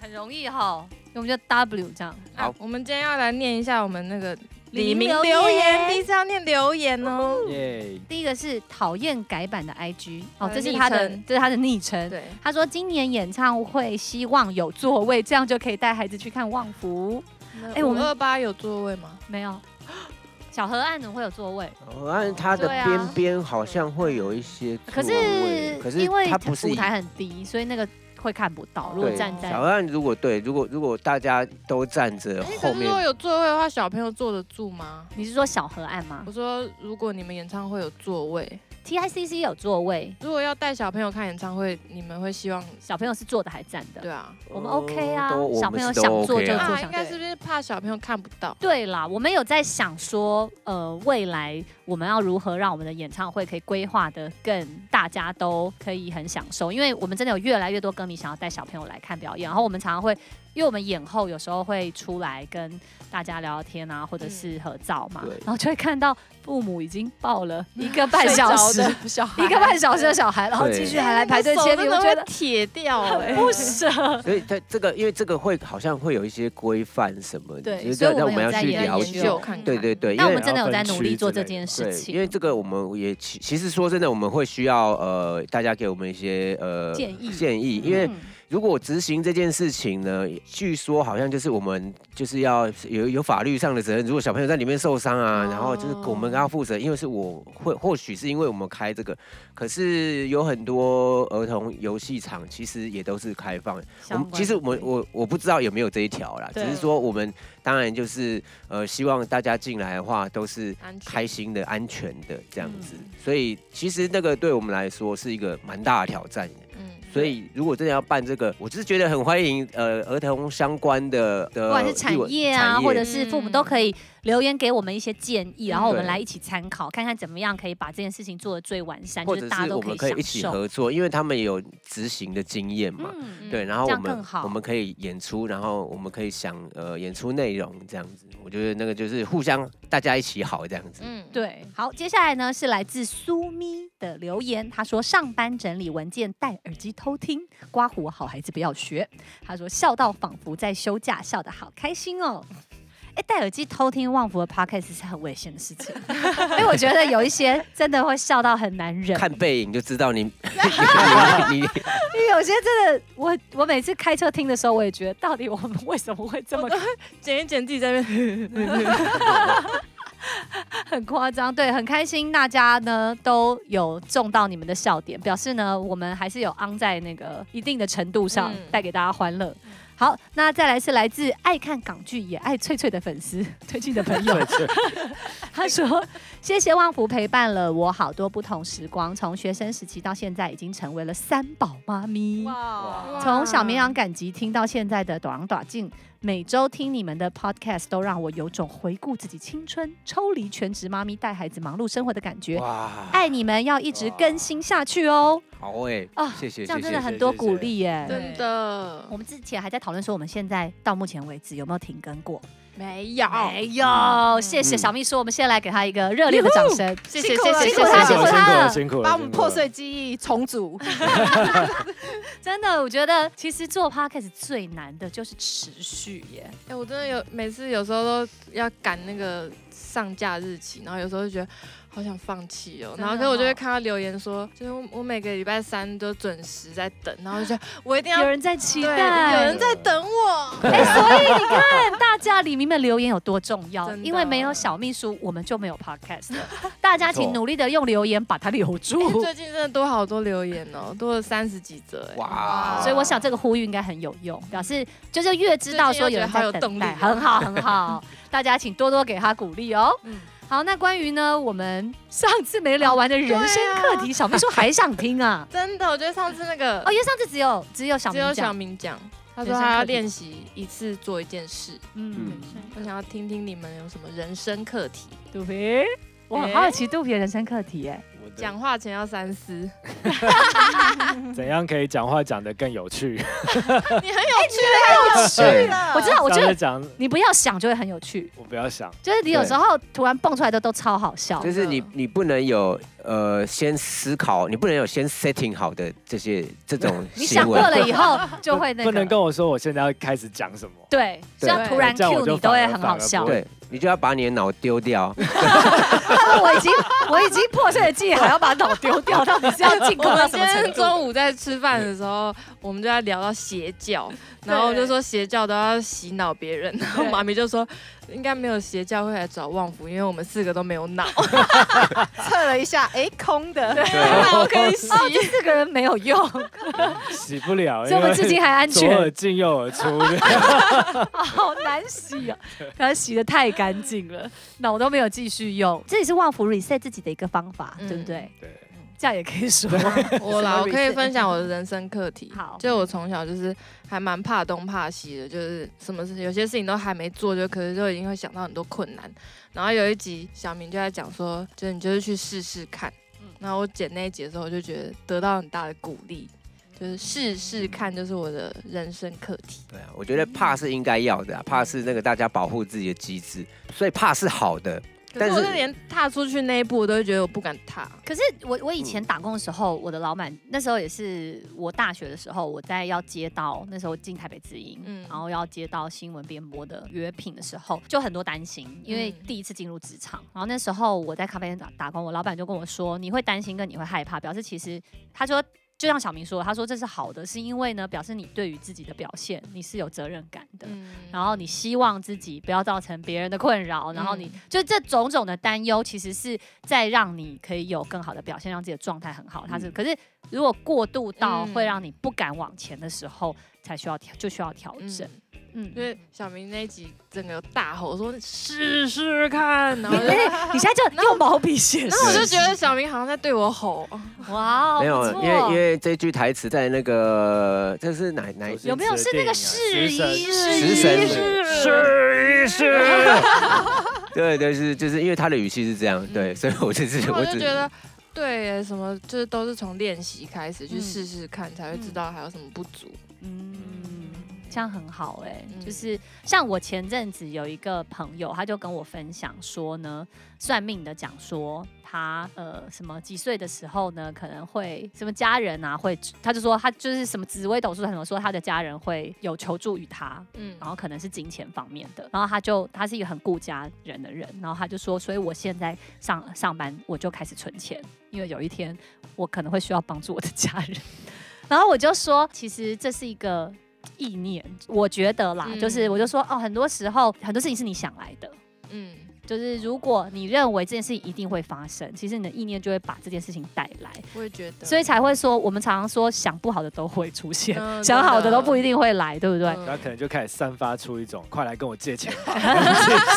Speaker 2: 很容易哈？我们就 W 这样。
Speaker 1: 好
Speaker 4: 啊我们今天要来念一下我们那个
Speaker 2: 李
Speaker 4: 李
Speaker 2: 明
Speaker 4: 明
Speaker 2: 留
Speaker 4: 留
Speaker 2: 言
Speaker 4: 言，第一次要念留言哦。
Speaker 6: 耶！
Speaker 2: 第一个是讨厌改版的 IG，哦，
Speaker 4: 呃
Speaker 2: 这是
Speaker 4: 昵
Speaker 2: 他的
Speaker 4: 称，
Speaker 2: 这是他的昵称。
Speaker 4: 对，
Speaker 2: 他说今年演唱会希望有座位，这样就可以带孩子去看旺福。哎
Speaker 4: 哎，
Speaker 2: 我
Speaker 4: 我
Speaker 2: 们
Speaker 4: 们二八有座位吗？
Speaker 2: 没有， 小河岸怎么会有座位？
Speaker 1: 哦按它的
Speaker 2: 对啊
Speaker 1: 边边好像会有一些座
Speaker 2: 可
Speaker 1: 位，
Speaker 2: 是
Speaker 1: 可是
Speaker 2: 因为
Speaker 1: 它不是
Speaker 2: 舞
Speaker 1: 以
Speaker 2: 台很低，所以那个会看不到。如果
Speaker 1: 对
Speaker 2: 站在
Speaker 1: 小按如果对如果如果大家都站着
Speaker 4: 哎，
Speaker 1: 后
Speaker 4: 可是如果
Speaker 1: 面，
Speaker 4: 有座位的话，小朋友坐得住吗？
Speaker 2: 你是说小河岸吗
Speaker 4: 我说，如果你们演唱会有座位，
Speaker 2: ？TICC 有座位，
Speaker 4: 如果要带小朋友看演唱会，你们会希望
Speaker 2: 小朋友是坐的还站的
Speaker 4: 对。啊？
Speaker 2: 我们 OK 啊
Speaker 1: 哦都我们
Speaker 2: 小朋友
Speaker 1: 是都
Speaker 2: 想坐
Speaker 1: OK
Speaker 2: 就
Speaker 1: 啊
Speaker 2: 坐
Speaker 4: 啊，
Speaker 2: 想
Speaker 4: 应该是不是怕小朋友看不到？
Speaker 2: 对啦，我们有在想说，呃，未来我们要如何让我们的演唱会可以规划的更大家都可以很享受，因为我们真的有越来越多歌迷想要带小朋友来看表演，然后我们常常会，因为我们演后有时候会出来跟大家聊聊天啊，或
Speaker 4: 嗯
Speaker 2: 者是合照嘛，
Speaker 1: 对
Speaker 2: 然后就会看到父母已经抱了一个半小时，
Speaker 3: 的小孩，
Speaker 2: 一个半小时的小孩，然后
Speaker 1: 对
Speaker 2: 继续还来排队签名，我觉
Speaker 4: 手真的
Speaker 2: 得
Speaker 4: 会铁掉哎。
Speaker 2: 不舍。
Speaker 1: 所以它这个因为这个会好像会有一些规范什么的，
Speaker 2: 对
Speaker 1: 就是
Speaker 2: 所以我
Speaker 1: 那
Speaker 2: 们
Speaker 1: 我们
Speaker 2: 有
Speaker 1: 要
Speaker 2: 在
Speaker 1: 去
Speaker 2: 研
Speaker 1: 了
Speaker 2: 究
Speaker 1: 解，对对对，因
Speaker 2: 但我
Speaker 1: 为
Speaker 2: 们真的有在
Speaker 6: 然后分
Speaker 2: 努力
Speaker 6: 区
Speaker 2: 做
Speaker 6: 之
Speaker 2: 这
Speaker 6: 类
Speaker 2: 件
Speaker 6: 的
Speaker 2: 事
Speaker 1: 对，
Speaker 2: 情，
Speaker 1: 因为这个我们也其其实说真的，我们会需要呃大家给我们一些呃
Speaker 2: 建议
Speaker 1: 建议，因为
Speaker 2: 嗯
Speaker 1: 如果执行这件事情呢，据说好像就是我们就是要有有法律上的责任，如果小朋友在里面受伤啊，
Speaker 2: 哦
Speaker 1: 然后就是我们要负责，因为是我会或许是因为我们开这个，可是有很多儿童游戏场其实也都是开放的，我
Speaker 2: 相
Speaker 1: 们
Speaker 2: 关
Speaker 1: 其实
Speaker 2: 的
Speaker 1: 我们
Speaker 2: 规
Speaker 1: 我我不知道有没有这一条啦，只
Speaker 3: 对
Speaker 1: 是说我们当然就是呃希望大家进来的话都是
Speaker 4: 安全
Speaker 1: 开心的、安全的这样子
Speaker 2: 嗯，
Speaker 1: 所以其实那个对我们来说是一个蛮大的挑战。
Speaker 4: 嗯，
Speaker 1: 所以如果真的要办这个，我就是觉得很欢迎呃儿童相关的呃的，
Speaker 2: 不管是产业啊，或者是父母都可以留言给我们一些建议，然后我们
Speaker 1: 对
Speaker 2: 来一起参考，看看怎么样可以把这件事情做的最完善，
Speaker 1: 或
Speaker 2: 就
Speaker 1: 者
Speaker 2: 是大家
Speaker 1: 是
Speaker 2: 都
Speaker 1: 我
Speaker 2: 可
Speaker 1: 们
Speaker 2: 以
Speaker 1: 可以一
Speaker 2: 享
Speaker 1: 起
Speaker 2: 受。
Speaker 1: 合作，因为他们有执行的经验嘛。
Speaker 2: 嗯
Speaker 1: 对，
Speaker 2: 嗯
Speaker 1: 然后我
Speaker 2: 这样
Speaker 1: 们
Speaker 2: 更好
Speaker 1: 我们可以演出，然后我们可以想呃演出内容这样子，我觉得那个就是互相大家一起好这样子。
Speaker 4: 嗯，
Speaker 2: 对，好，接下来呢是来自苏咪的留言，他说上班整理文件戴耳机偷听，刮胡好孩子不要学。他说笑到仿佛在休假，笑得好开心哦。哎，戴耳机偷听旺福的 podcast 是很危险的事情， 因为我觉得有一些真的会笑到很难忍。
Speaker 1: 看背影就知道 你你你
Speaker 2: 因为有些真的，我我每次开车听的时候，我也觉得，到底我们为什么会这么
Speaker 4: 剪一剪自己在 那边。
Speaker 2: 很夸张？对，很开心大家呢都有中到你们的笑点，表示呢我们还是有昂在那个一定的程度上
Speaker 4: 嗯
Speaker 2: 带给大家欢乐。好，那再来是来自爱看港剧也爱翠翠的粉丝 推荐的朋友， 他说：“谢谢旺福陪伴了我好多不同时光，从学生时期到现在，已经成为了三宝妈咪。”
Speaker 3: 哇，
Speaker 2: 从小绵羊赶集听到现在的短短进，每周听你们的 podcast 都让我有种回顾自己青春、抽离全职妈咪带孩子忙碌生活的感觉。
Speaker 1: 哇，
Speaker 2: 爱你们，要一直更新下去哦！
Speaker 1: 好
Speaker 6: 欸
Speaker 1: 哎
Speaker 2: 啊，
Speaker 1: 谢谢
Speaker 2: 这
Speaker 1: 谢
Speaker 2: 样真
Speaker 1: 谢
Speaker 2: 的，很多鼓励耶。
Speaker 3: 对
Speaker 4: 真的
Speaker 2: 我们之前还在讨论说，我们现在到目前为止有没有停更过？
Speaker 4: 没有
Speaker 2: 没有，谢谢
Speaker 1: 嗯
Speaker 2: 小秘书，我们先来给他一个热烈的掌声。
Speaker 4: 谢谢
Speaker 3: 辛苦了
Speaker 4: 谢
Speaker 2: 辛
Speaker 4: 谢
Speaker 2: 苦他，辛
Speaker 6: 辛苦
Speaker 2: 苦
Speaker 6: 了，
Speaker 2: 他。
Speaker 6: 辛苦了，
Speaker 3: 把我们
Speaker 6: 辛苦了
Speaker 3: 破碎记忆重组，
Speaker 2: 真的，我觉得其实做 podcast 最难的就是持续耶。
Speaker 4: 哎、我真的有每次有时候都要赶那个上架日期，然后有时候就觉得好想放弃
Speaker 2: 真
Speaker 4: 哦。
Speaker 2: 的
Speaker 4: 然后可是我就会
Speaker 2: 哦
Speaker 4: 看到留言说，就是我我每个礼拜三都准时在等，然后就觉得我一定要
Speaker 2: 有人在期
Speaker 4: 对
Speaker 2: 待，
Speaker 4: 有人在等 我。
Speaker 2: 哎、所以你看，大家李明们留言有多重要，
Speaker 4: 真的
Speaker 2: 因为没有小秘书，我们就没有 podcast 了。大家请努力的用留言把它留住。
Speaker 4: 最近真的多好多留言哦，多了三十几则哎。
Speaker 1: 哇，哦
Speaker 2: 所以我想这个呼吁应该很有用，表示就是越知道说有人在
Speaker 4: 最近
Speaker 2: 等
Speaker 4: 又觉得
Speaker 2: 待，
Speaker 4: 好有动
Speaker 2: 很
Speaker 4: 力
Speaker 2: 好很 好，大家请多多给他鼓励哦。
Speaker 4: 嗯。
Speaker 2: 好，那关于呢我们上次没聊完的人生课题，小秘书还想听啊
Speaker 4: 真的，我觉得上次那个
Speaker 2: 哦，因为上次只有只有小
Speaker 4: 啊只
Speaker 2: 明
Speaker 4: 有小
Speaker 2: 讲，
Speaker 4: 明讲，他
Speaker 2: 人
Speaker 4: 说
Speaker 2: 生
Speaker 4: 他
Speaker 2: 课
Speaker 4: 要
Speaker 2: 题
Speaker 4: 练习一次做一件事。
Speaker 2: 嗯，
Speaker 4: 我想要听听你们有什么人生课题。
Speaker 2: 肚皮，我很好奇肚皮的人生课题哎。
Speaker 6: 我的
Speaker 4: 讲话前要三思，你
Speaker 6: 怎样可以讲话讲得更有趣？
Speaker 4: 很有趣啊。
Speaker 1: 对，
Speaker 4: 嗯
Speaker 2: 我知道，我觉
Speaker 6: 上次
Speaker 2: 得
Speaker 6: 讲
Speaker 2: 你不要想就会很有趣，
Speaker 6: 我不要想，
Speaker 2: 就是你有时候突然蹦出来的都超好笑。
Speaker 1: 就是你你不能有呃先思考，你不能有先 setting 好的这些这种
Speaker 2: 你
Speaker 1: 行
Speaker 2: 想过
Speaker 1: 为。
Speaker 2: 了以后就会那个，
Speaker 6: 不能跟我说我现在要开始讲什么。
Speaker 2: 对，只
Speaker 1: 对
Speaker 2: 要突然
Speaker 6: 这样我
Speaker 2: Q
Speaker 6: 就
Speaker 2: 你都会
Speaker 6: 反而
Speaker 2: 很好笑。
Speaker 6: 反
Speaker 1: 对你就要把你的脑丢 掉，
Speaker 2: 我已经我已经破碎的记忆，还要把脑丢掉，到底是要进攻
Speaker 4: 我
Speaker 2: 到
Speaker 4: 们
Speaker 2: 什
Speaker 4: 今
Speaker 2: 么程
Speaker 4: 天
Speaker 2: 度？
Speaker 4: 中午在吃饭的时候，我们就在聊到邪教，然后我就说邪教都要洗脑别人，然后妈咪就说应该没有邪教会来找旺福，因为我们四个都没有脑，
Speaker 3: 测了一下，哎，空的。
Speaker 6: 啊
Speaker 4: 我可以洗。
Speaker 2: 哦四个人没有用，所
Speaker 6: 洗不了，
Speaker 2: 以我们至今还安
Speaker 6: 左耳
Speaker 2: 全，哦
Speaker 6: 进右耳 出，
Speaker 2: 好难洗啊！他洗的太干净了，脑都没有继续用，这也是旺福 reset 自己的一个方法，
Speaker 4: 嗯
Speaker 2: 对不对？
Speaker 6: 对，
Speaker 2: 这样也可以说。
Speaker 4: 我啦，
Speaker 3: 什么
Speaker 4: 我可以
Speaker 3: reset？
Speaker 4: 分享我的人生课题。
Speaker 2: 好
Speaker 4: 就我从小就是还蛮怕东怕西的，就是什么事情有些事情都还没做，就可是就已经会想到很多困难。然后有一集小明就在讲说，就是你就是去试试看。然后我剪那一集的时候，我就觉得得到很大的鼓励，就是试试看，就是我的人生课题。
Speaker 1: 对啊，我觉得怕是应该要的、啊，怕是那个大家保护自己的机制，所以怕是好的，
Speaker 4: 可
Speaker 1: 但
Speaker 4: 是
Speaker 1: 是
Speaker 4: 我就连踏出去那一步，我都会觉得我不敢踏。
Speaker 2: 可是我我以
Speaker 4: 嗯
Speaker 2: 前打工的时候，我的老板那时候也是我大学的时候，我在要接到那时候进台北之音，
Speaker 4: 嗯
Speaker 2: 然后要接到新闻编播的约聘的时候，就很多担心，因为
Speaker 4: 嗯
Speaker 2: 第一次进入职场。然后那时候我在咖啡店打打工，我老板就跟我说，你会担心跟你会害怕，表示其实他说。就像小明说，他说这是好的，是因为呢，表示你对于自己的表现你是有责任感的，
Speaker 4: 嗯，
Speaker 2: 然后你希望自己不要造成别人的困扰，然后你
Speaker 4: 嗯
Speaker 2: 就这种种的担忧，其实是在让你可以有更好的表现，让自己的状态很好。它是，可是如果过度到
Speaker 4: 嗯
Speaker 2: 会让你不敢往前的时候，才需要调，就需要调整。嗯，
Speaker 4: 因为小明那一集整个大吼说试试看，然后 就。
Speaker 2: 哎你现在 就用毛笔写
Speaker 4: 然后我就觉得小明好像在 对我吼，
Speaker 2: 哇哦，
Speaker 1: 没有
Speaker 2: 不，错
Speaker 1: 因为因为这句台词在那个这是哪哪一
Speaker 2: 有没有是那个
Speaker 6: 食
Speaker 2: 试
Speaker 6: 神
Speaker 2: 衣
Speaker 1: 食
Speaker 2: 试
Speaker 1: 神
Speaker 2: 衣
Speaker 1: 试一试， 对对是就是因为他的语气是这样，
Speaker 2: 嗯
Speaker 1: 对，所以我就是
Speaker 4: 然后
Speaker 1: 我
Speaker 4: 我就
Speaker 1: 只
Speaker 4: 觉得，对耶，什么就是都是从练习开始去
Speaker 2: 嗯
Speaker 4: 试试看，才会知道还有什么不足。
Speaker 2: 嗯，这样很好哎、
Speaker 4: 嗯
Speaker 2: 就是像我前阵子有一个朋友，他就跟我分享说呢，算命的讲说他呃什么几岁的时候呢，可能会什么家人啊会，他就说他就是什么紫微斗数什么说他的家人会有求助于他，
Speaker 4: 嗯
Speaker 2: 然后可能是金钱方面的，然后他就他是一个很顾家人的人，然后他就说，所以我现在上上班我就开始存钱，因为有一天我可能会需要帮助我的家人。 然后我就说，其实这是一个意念，我觉得啦，
Speaker 4: 嗯
Speaker 2: 就是我就说哦，很多时候很多事情是你想来的。
Speaker 4: 嗯，
Speaker 2: 就是如果你认为这件事情一定会发生，其实你的意念就会把这件事情带来，
Speaker 4: 我也觉得，
Speaker 2: 所以才会说我们常常说想不好的都会出现，
Speaker 4: 嗯
Speaker 2: 想好的
Speaker 4: 真的
Speaker 2: 都不一定会来，对不对？
Speaker 4: 嗯
Speaker 6: 然后可能就开始散发出一种快来跟我借 钱吧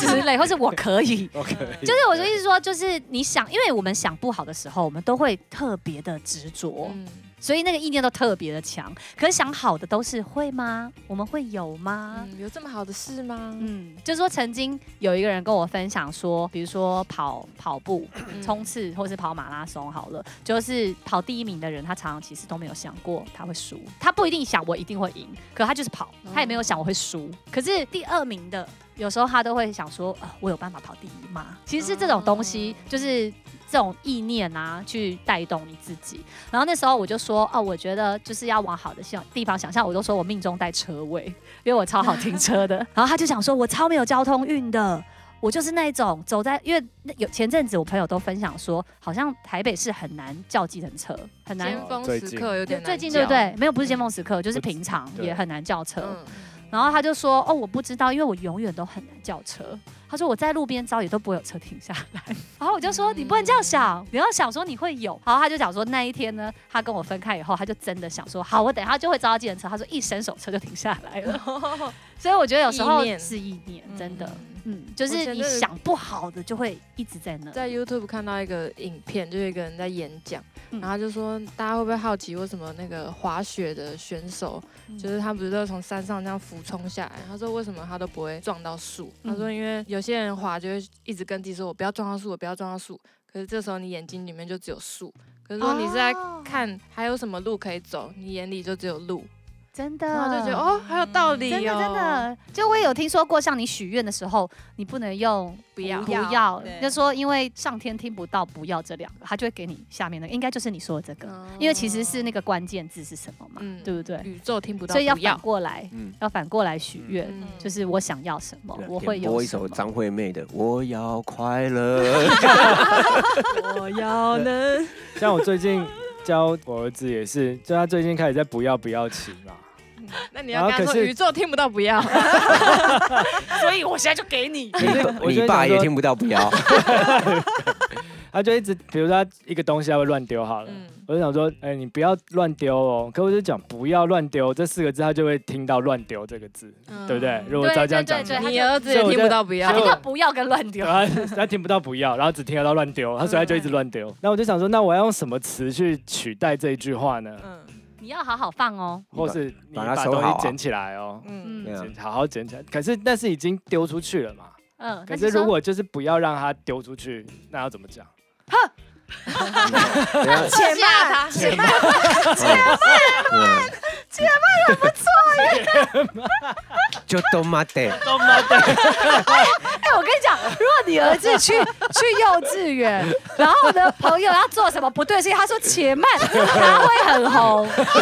Speaker 2: 之类，或是我可以，
Speaker 6: 我可以。
Speaker 2: 就是我的意思说，就是你想，因为我们想不好的时候，我们都会特别的执着，
Speaker 4: 嗯
Speaker 2: 所以那个意念都特别的强。可是想好的都是会吗？我们会有吗？
Speaker 4: 嗯，有这么好的事吗？
Speaker 2: 啊嗯，就是说曾经有一个人跟我分享说，比如说跑跑步、
Speaker 4: 嗯
Speaker 2: 冲刺或是跑马拉松好了，就是跑第一名的人，他常常其实都没有想过他会输，他不一定想我一定会赢，可他就是跑，他也没有想我会输。可是第二名的，有时候他都会想说，啊、我有办法跑第一吗？其实是这种东西，
Speaker 4: 哦
Speaker 2: 就是这种意念啊，去带动你自己。然后那时候我就说，哦，我觉得就是要往好的想地方想象。我都 说我命中带车位，因为我超好停车的。然后他就想说，我超没有交通运的。我就是那一种走在，因为那有前阵子我朋友都分享说，好像台北市很难叫计程车，很难。
Speaker 4: 尖峰
Speaker 6: 最
Speaker 4: 时
Speaker 6: 近
Speaker 4: 刻有点难
Speaker 2: 最近
Speaker 4: 叫
Speaker 2: 对不？对？没有，不是尖峰时刻，就是平常
Speaker 6: 对
Speaker 2: 也很难叫车。
Speaker 4: 嗯，
Speaker 2: 然后他就说：“哦，我不知道，因为我永远都很难叫车。”他说：“我在路边招也都不会有车停下来。” 然后我就说：“
Speaker 4: 嗯
Speaker 2: 你不能这样想，你要想说你会有。”然后他就想说那一天呢，他跟我分开以后，他就真的想说：“好，我等一下就会招到计程车。”他说一伸手车就停下来了。 所以我觉得有时候
Speaker 4: 意念
Speaker 2: 是意念，真的。
Speaker 4: 嗯
Speaker 2: 嗯，就
Speaker 4: 我
Speaker 2: 是
Speaker 4: 觉
Speaker 2: 你
Speaker 4: 得
Speaker 2: 想不好的就会一直在那。
Speaker 4: 在 YouTube 看到一个影片，就有一个人在演讲，
Speaker 2: 嗯
Speaker 4: 然后就说大家会不会好奇为什么那个滑雪的选手，
Speaker 2: 嗯
Speaker 4: 就是他不是都从山上这样俯冲下来？他说为什么他都不会撞到树？
Speaker 2: 嗯
Speaker 4: 他说因为有些人滑就会一直跟自己说我不要撞到树，我不要撞到树，可是这时候你眼睛里面就只有树。可是如果你是在
Speaker 2: 哦
Speaker 4: 看还有什么路可以走，你眼里就只有路，
Speaker 2: 真的，
Speaker 4: 然后就觉得哦，还有道理哦，
Speaker 2: 真的真，的，就我也有听说过，像你许愿的时候，你不能用
Speaker 4: 不要
Speaker 2: 不要
Speaker 3: 对，
Speaker 2: 就说因为上天听不到不要这两个，他就会给你下面那个，应该就是你说的这个，因为其实是那个关键字是什么嘛，
Speaker 4: 哦嗯
Speaker 2: 对不对？
Speaker 4: 宇宙听不到，
Speaker 2: 所以要
Speaker 4: 不要
Speaker 2: 反过来，
Speaker 1: 嗯，
Speaker 2: 要反过来许愿，
Speaker 4: 嗯
Speaker 2: 就是我想要什么，我会有
Speaker 1: 播一
Speaker 2: 什
Speaker 1: 首
Speaker 2: 么。
Speaker 1: 张惠妹的《我要快乐》。
Speaker 2: 我要能，
Speaker 6: 像我最近教我儿子也是，就他最近开始在不要不要骑嘛，
Speaker 4: 那你
Speaker 6: 要然后
Speaker 4: 要跟
Speaker 6: 跟他可
Speaker 4: 他说
Speaker 6: 说是
Speaker 4: 宇
Speaker 6: 宇
Speaker 4: 宙听不到 不要，
Speaker 2: 所以我现在就给你。
Speaker 6: 可是我
Speaker 1: 你
Speaker 6: 就
Speaker 1: 爸
Speaker 6: 想说
Speaker 1: 也听不到，不 要。
Speaker 6: 他就一直，比如说他一个东西他会乱丢好了，
Speaker 4: 嗯
Speaker 6: 我就想说，哎、你不要乱丢哦。可我就讲不要乱丢这四个字，他就会听到乱丢这个字，
Speaker 4: 嗯
Speaker 6: 对不对？如果照这样
Speaker 2: 嗯
Speaker 6: 讲
Speaker 2: 对对对
Speaker 6: 的话，
Speaker 2: 对
Speaker 4: 你儿子也听不到不要
Speaker 2: 他
Speaker 6: 所以
Speaker 2: 听
Speaker 6: 我
Speaker 2: 到不要嗯跟乱丢
Speaker 6: 对，啊，他 听不到不要，然后只听得到乱丢，他所以他就一直乱丢。那我就想说，那我要用什么词去取代这一句话呢？
Speaker 3: 嗯
Speaker 2: 你要好好放哦。
Speaker 6: 或是你
Speaker 1: 把它
Speaker 6: 把
Speaker 1: 收
Speaker 6: 东
Speaker 1: 好
Speaker 6: 西
Speaker 1: 啊
Speaker 6: 捡起来哦，
Speaker 3: 嗯，
Speaker 1: 对
Speaker 2: 嗯
Speaker 1: 啊
Speaker 6: 捡好好捡起来。可是那是已经丢出去了嘛？
Speaker 2: 嗯，
Speaker 6: 可
Speaker 2: 那
Speaker 6: 是
Speaker 2: 你说
Speaker 6: 如果就是不要让它丢出去，那要怎么讲？
Speaker 1: 对啊
Speaker 3: 且慢
Speaker 4: 他，
Speaker 1: 且慢，嗯 就都妈的，
Speaker 2: 哎、我跟你讲，如果你儿子去 去幼稚园，然后呢，朋友要做什么不对的事情，他说且慢，他会很红。
Speaker 4: 朋友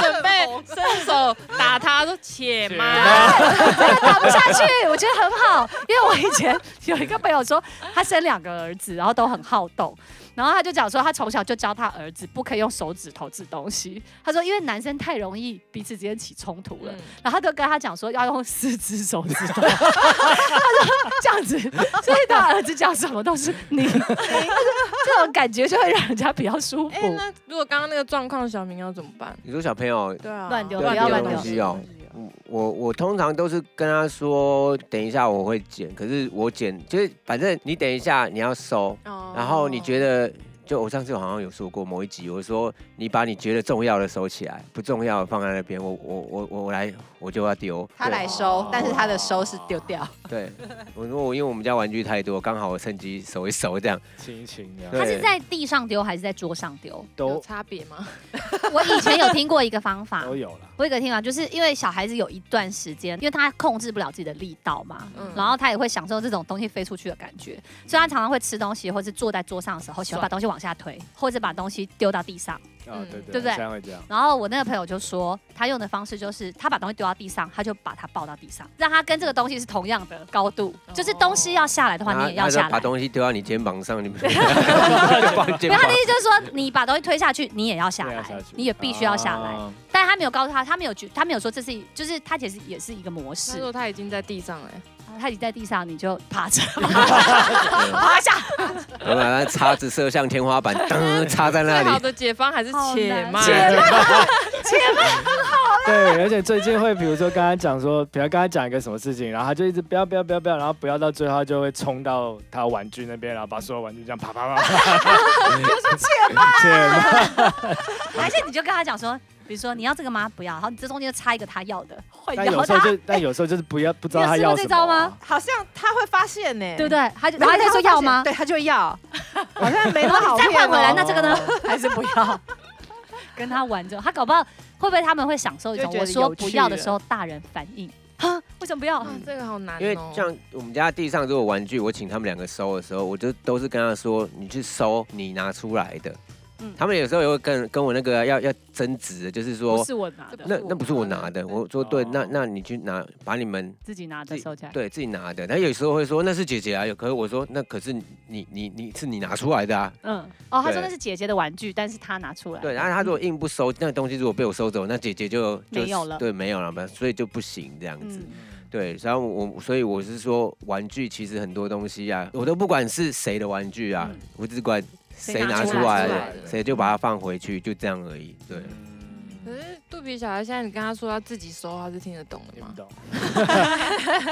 Speaker 4: 准 备伸手打他，说且
Speaker 6: 且
Speaker 4: 妈，
Speaker 2: 这个打不下去，我觉得很好，因为我以前有一个朋友说，他生两个儿子，然后都很好动，然后他就讲说，他从小就教他儿子不可以用手指头指东西。他说，因为男生太容易彼此之间起冲突了，然后他就跟他讲说要用四只手指头，他说 这样子，所以他儿子讲什么都是你， 他说这种感觉就会让人家比较舒
Speaker 4: 哎，
Speaker 2: 服。
Speaker 6: 哦
Speaker 4: 那 如果刚刚那个状况，小明要怎么 办？
Speaker 1: 你说小朋友
Speaker 4: 对啊
Speaker 2: 乱丢
Speaker 1: 不要乱丢东西哦
Speaker 3: 有。
Speaker 1: 我我我通常都是跟他说，等一下我会剪，可是我剪就是反正你等一下你要收，
Speaker 4: 哦
Speaker 2: 哦
Speaker 1: 然后你觉
Speaker 4: 得
Speaker 1: 得就我上次好像有说过某一集，我说你把你觉得重要的收起来，不重要的放在那边，我我我我我来我就要丢，
Speaker 3: 他来收
Speaker 6: 对，
Speaker 3: 但是他的收是丢掉。
Speaker 1: 对，对我说我因为我们家玩具太多，刚好我趁机收一收这样，
Speaker 6: 亲一亲这样
Speaker 1: 对
Speaker 2: 他是在地上丢还是在桌上丢？
Speaker 4: 有
Speaker 6: 都
Speaker 4: 差别吗？
Speaker 2: 我以前有听过一个方法，
Speaker 6: 都有了。
Speaker 2: 我有一个听法，啊就是因为小孩子有一段时间，因为他控制不了自己的力道嘛，
Speaker 4: 嗯
Speaker 2: 然后他也会享受这种东西飞出去的感觉，所以他常常会吃东西，或是坐在桌上的时候，喜欢把东西往下推，或者把东西丢到地上。
Speaker 6: 啊，对对，
Speaker 4: 嗯
Speaker 2: 对不对
Speaker 6: 现在会这样。
Speaker 2: 然后我那个朋友就说，他用的方式就是他把东西丢到地上，他就把它抱到地上，让他跟这个东西是同样的高度，就是东西要下来的话，
Speaker 1: 他
Speaker 2: 你也要
Speaker 1: 他就
Speaker 2: 下
Speaker 1: 把
Speaker 2: 来。
Speaker 1: 东西丢到你肩膀上，你 们就把你
Speaker 2: 没
Speaker 1: 肩
Speaker 2: 有，
Speaker 1: 膀
Speaker 2: 他的意思就是说，你把东西推下去，你也要下
Speaker 6: 对
Speaker 2: 来
Speaker 6: 要下去，
Speaker 2: 你也必须要下来。
Speaker 1: 哦
Speaker 6: 啊
Speaker 2: 但他没有告诉他，他没有觉，他没有说这是，就是他其实也是一个模
Speaker 4: 他
Speaker 2: 式。
Speaker 4: 说他已经在地上了，
Speaker 2: 他已经在地上，你就趴着，趴下。
Speaker 1: 我把那叉子射向天花板， 噔，插在那
Speaker 4: 最好
Speaker 1: 里。
Speaker 4: 的解方还是且慢，
Speaker 2: 好难且
Speaker 6: 对，而且最近会比如说跟他讲说，比如跟他讲一个什么事情，然后他就一直不要不要不要不要，然后不要到最后他就会冲到他玩具那边，然后把所有玩具这样啪啪啪啪。切吧，
Speaker 2: 而且你就跟他讲说，比如说你要这个吗？不要，然后你这中间就插一个他要的，会
Speaker 6: 但有
Speaker 2: 咬
Speaker 6: 时候
Speaker 2: 他，
Speaker 6: 就但有时候就是不要不知道他
Speaker 2: 你有试过
Speaker 6: 要
Speaker 2: 这
Speaker 6: 什么
Speaker 2: 招
Speaker 6: 啊、
Speaker 2: 吗
Speaker 3: 好像他会发现呢，
Speaker 2: 对不？对？他就然
Speaker 3: 然
Speaker 2: 后
Speaker 3: 后
Speaker 2: 他
Speaker 3: 他
Speaker 2: 说
Speaker 3: 说
Speaker 2: 要
Speaker 3: 要
Speaker 2: 吗
Speaker 3: 吗？？对，他 就要，好像没那么
Speaker 2: 然后
Speaker 3: 好
Speaker 2: 你再
Speaker 3: 骗
Speaker 2: 换
Speaker 3: 哦
Speaker 2: 回来，那这个呢？还是不要？跟他玩着，他搞不好会不会他们会享受一种
Speaker 3: 就觉
Speaker 2: 我
Speaker 3: 得
Speaker 2: 说
Speaker 3: 有
Speaker 2: 不
Speaker 3: 趣
Speaker 2: 要的
Speaker 3: 了
Speaker 2: 时候大人反应，哈，为什么不要？
Speaker 4: 哇，这个好难哦。
Speaker 1: 因为像我们家地上如果玩具，我请他们两个收的时候，我就都是跟他说：“你去收你拿出来的。”
Speaker 3: 嗯
Speaker 1: 他们有时候也会跟跟我那个要要争执，就是
Speaker 7: 不
Speaker 1: 说
Speaker 7: 是我拿的，哦
Speaker 1: 那那不是我拿的，我说对，那那你去拿，把你们
Speaker 7: 自己拿的
Speaker 1: 自己
Speaker 7: 收起来。
Speaker 1: 对自己拿的。他有时候会说那是姐姐啊，有可是我说那可是你你你是你拿出来的啊，
Speaker 7: 嗯，哦，他说
Speaker 1: 对
Speaker 7: 那是姐姐的玩具，但是他拿出来。
Speaker 1: 对。然后他如果硬不收，那个东西如果被我收走，那姐姐就就
Speaker 7: 没有了
Speaker 1: 对，没有了，所以就不行这样子。
Speaker 7: 嗯，
Speaker 1: 对，然后我所以我是说，玩具其实很多东西啊，我都不管是谁的玩具啊
Speaker 7: 嗯，
Speaker 1: 我只管谁
Speaker 7: 拿
Speaker 1: 拿
Speaker 7: 出
Speaker 1: 出
Speaker 7: 来
Speaker 1: 来
Speaker 4: 出来
Speaker 1: 的，谁就把它放回去，就这样而已。对，
Speaker 4: 可是肚皮小孩现在你跟他说要自己收，他是听得懂的
Speaker 6: 听
Speaker 4: 吗
Speaker 6: 不？懂。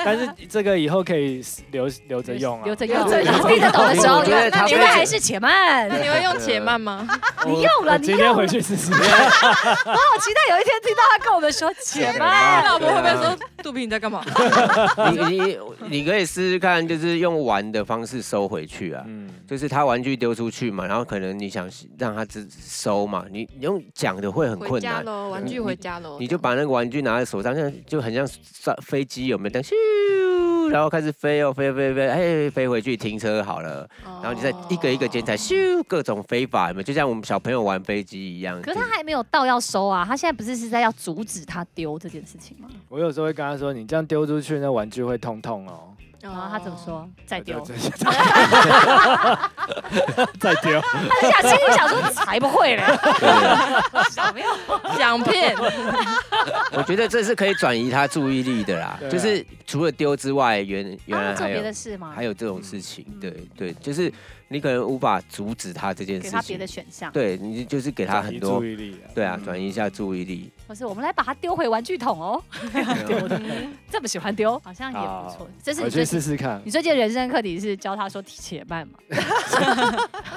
Speaker 6: 但是这个以后可以留留着用啊，
Speaker 7: 留着
Speaker 3: 留
Speaker 7: 用。
Speaker 3: 着用
Speaker 7: 听得懂的时候，
Speaker 1: 我觉得他
Speaker 7: 现在还是且慢。
Speaker 4: 那你会用且 慢吗？
Speaker 6: 我
Speaker 7: 你用了
Speaker 6: 我
Speaker 7: 你
Speaker 6: 今天
Speaker 7: 用
Speaker 6: 回去试试。
Speaker 7: 好期待有一天听到他跟我们 说且慢。
Speaker 4: 哎老婆会不会
Speaker 1: 啊
Speaker 4: 说肚皮你在干嘛？
Speaker 1: 你你你可以试试看，就是用玩的方式收回去啊。
Speaker 6: 嗯，
Speaker 1: 就是他玩具丢出去嘛，然后可能你想让他自收嘛，你你用讲的会很
Speaker 4: 回
Speaker 1: 困
Speaker 4: 家
Speaker 1: 难，
Speaker 4: 喽，玩具回家喽。
Speaker 1: 你就把那个玩具拿在手上，像就很像上飞机有没有？这样咻，然后开始飞哦，飞飞飞，哎，飞回去停车好了。
Speaker 4: 哦，
Speaker 1: 然后你再一个一个
Speaker 2: 哦
Speaker 1: 剪裁，咻，各种飞法有没有？就像我们小朋友玩飞机一样。
Speaker 2: 可是
Speaker 1: 就
Speaker 2: 他还没有到要收啊，他现在不是是在要阻止他丢这件事情吗？
Speaker 6: 我有时候会跟他说，你这样丢出去，那玩具会痛痛哦。
Speaker 4: 哦，
Speaker 2: 然后他怎么说？再丢。
Speaker 6: 我就 再丢，
Speaker 2: 他就想心里想说，才不会嘞， 小朋友。
Speaker 4: 想骗，
Speaker 1: 我觉得这是可以转移他注意力的啦
Speaker 6: 对，啊
Speaker 1: 就是除了丢之外，原原
Speaker 2: 啊，
Speaker 1: 来
Speaker 2: 做
Speaker 1: 还
Speaker 2: 别的
Speaker 1: 有
Speaker 2: 事吗
Speaker 1: 还？有这种事情，
Speaker 6: 嗯
Speaker 1: 对对，就是你可能无法阻止他这件
Speaker 2: 给
Speaker 1: 事
Speaker 2: 他别
Speaker 1: 情
Speaker 2: 的，选项，
Speaker 1: 对你就是给他很多
Speaker 6: 转移注。意力啊。
Speaker 1: 对啊，转移一下注意力。
Speaker 2: 不是我们来把它丢回玩具桶哦。
Speaker 1: 对
Speaker 2: 这么喜欢丢，好像也不错
Speaker 6: 好。
Speaker 2: 这是
Speaker 6: 我
Speaker 2: 你
Speaker 6: 去
Speaker 2: 最
Speaker 6: 试试看
Speaker 2: 你。最近的人生课题是教他说且慢 嘛？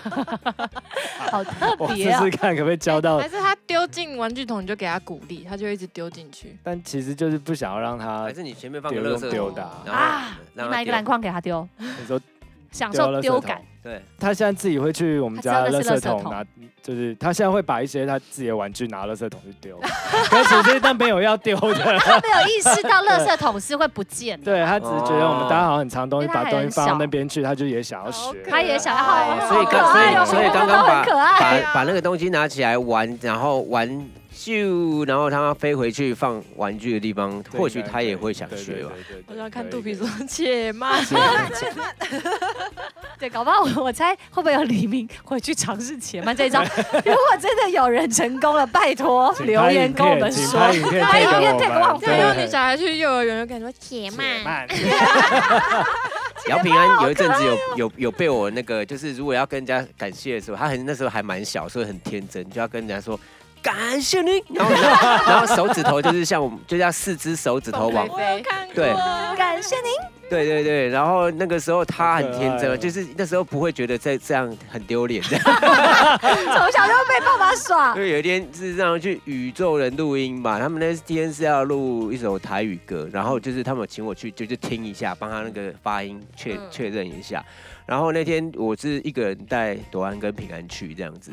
Speaker 2: 好特
Speaker 6: 我试
Speaker 2: 别哎啊
Speaker 6: 试！看可不可以教到
Speaker 4: 还，是他丢进玩具桶，你就给他鼓励，他就一直丢进去。
Speaker 6: 但其实就是不想要让他
Speaker 1: 还是你前面放个
Speaker 6: 啊丢
Speaker 1: 垃
Speaker 6: 用
Speaker 1: 圾
Speaker 6: 丢
Speaker 1: 桶，
Speaker 6: 的啊。
Speaker 1: 然后
Speaker 2: 啊，你
Speaker 1: 让
Speaker 2: 买
Speaker 1: 他
Speaker 2: 一个篮
Speaker 1: 丢。
Speaker 2: 筐给他丢，
Speaker 6: 你说
Speaker 2: 享
Speaker 6: 丢
Speaker 2: 受
Speaker 6: 垃圾
Speaker 2: 丢
Speaker 6: 桶
Speaker 2: 感。
Speaker 1: 对，
Speaker 6: 他现在自己会去我们家
Speaker 2: 他知道
Speaker 6: 垃
Speaker 2: 那是垃
Speaker 6: 圾
Speaker 2: 圾
Speaker 6: 桶
Speaker 2: 桶
Speaker 6: 拿，就是他现在会把一些他自己的玩具拿垃圾桶去丢， 可是其实那没有要丢的。
Speaker 2: 他没有意识到垃圾桶是会不见的，
Speaker 6: 对他只是觉得我
Speaker 1: 哦
Speaker 6: 们大家好像很藏东西，
Speaker 2: 因为他
Speaker 6: 把
Speaker 2: 还
Speaker 6: 东西
Speaker 2: 很
Speaker 6: 放到
Speaker 2: 小哦
Speaker 6: 那边去，他就也想要学。啊
Speaker 2: 他也想要好
Speaker 1: 啊所以
Speaker 2: 好
Speaker 1: 刚
Speaker 2: 可
Speaker 1: 所
Speaker 2: 爱哦，
Speaker 1: 以所以
Speaker 2: 我们
Speaker 1: 刚
Speaker 2: 都
Speaker 1: 刚
Speaker 2: 很
Speaker 1: 把
Speaker 2: 可爱。
Speaker 1: 把把那个东西拿起来玩，然后玩咻，然后它飞回去放玩具的地方，
Speaker 6: 对
Speaker 1: 或许他也会想学哦吧。。
Speaker 4: 我要看肚皮说且慢，
Speaker 2: 对，搞不好我我猜会不会有李明回去尝试且慢 这一招？如果真的有人成功了，拜托留言跟我们说。
Speaker 6: 拍影片
Speaker 2: 拍影片
Speaker 6: 给
Speaker 2: 给我
Speaker 6: 我
Speaker 2: 们
Speaker 6: 们，
Speaker 4: 对，用你小孩去幼儿园，就感觉且
Speaker 6: 且
Speaker 4: 慢。
Speaker 6: 慢。
Speaker 1: 姚平安有一阵子有有有被我那个，就是如果要跟人家感谢的时候，他很那时候还蛮小，所以很天真，就要跟人家说。感谢你，然后然后然后手指头就是像我们，就是要四只手指头往
Speaker 4: 我有看过，
Speaker 1: 对
Speaker 2: 感谢您，
Speaker 1: 对对对，然后那个时候他很天
Speaker 6: 好可爱哦
Speaker 1: 真，就是那时候不会觉得这这样很丢脸，
Speaker 2: 从小就被爸爸耍
Speaker 1: 因。为有一天是让他去宇宙人录音吧，他们那天是要录一首台语歌，然后就是他们有请我去，就就听一下，帮他那个发音确
Speaker 4: 嗯
Speaker 1: 确认一下。然后那天我是一个人带朵安跟平安去这样子，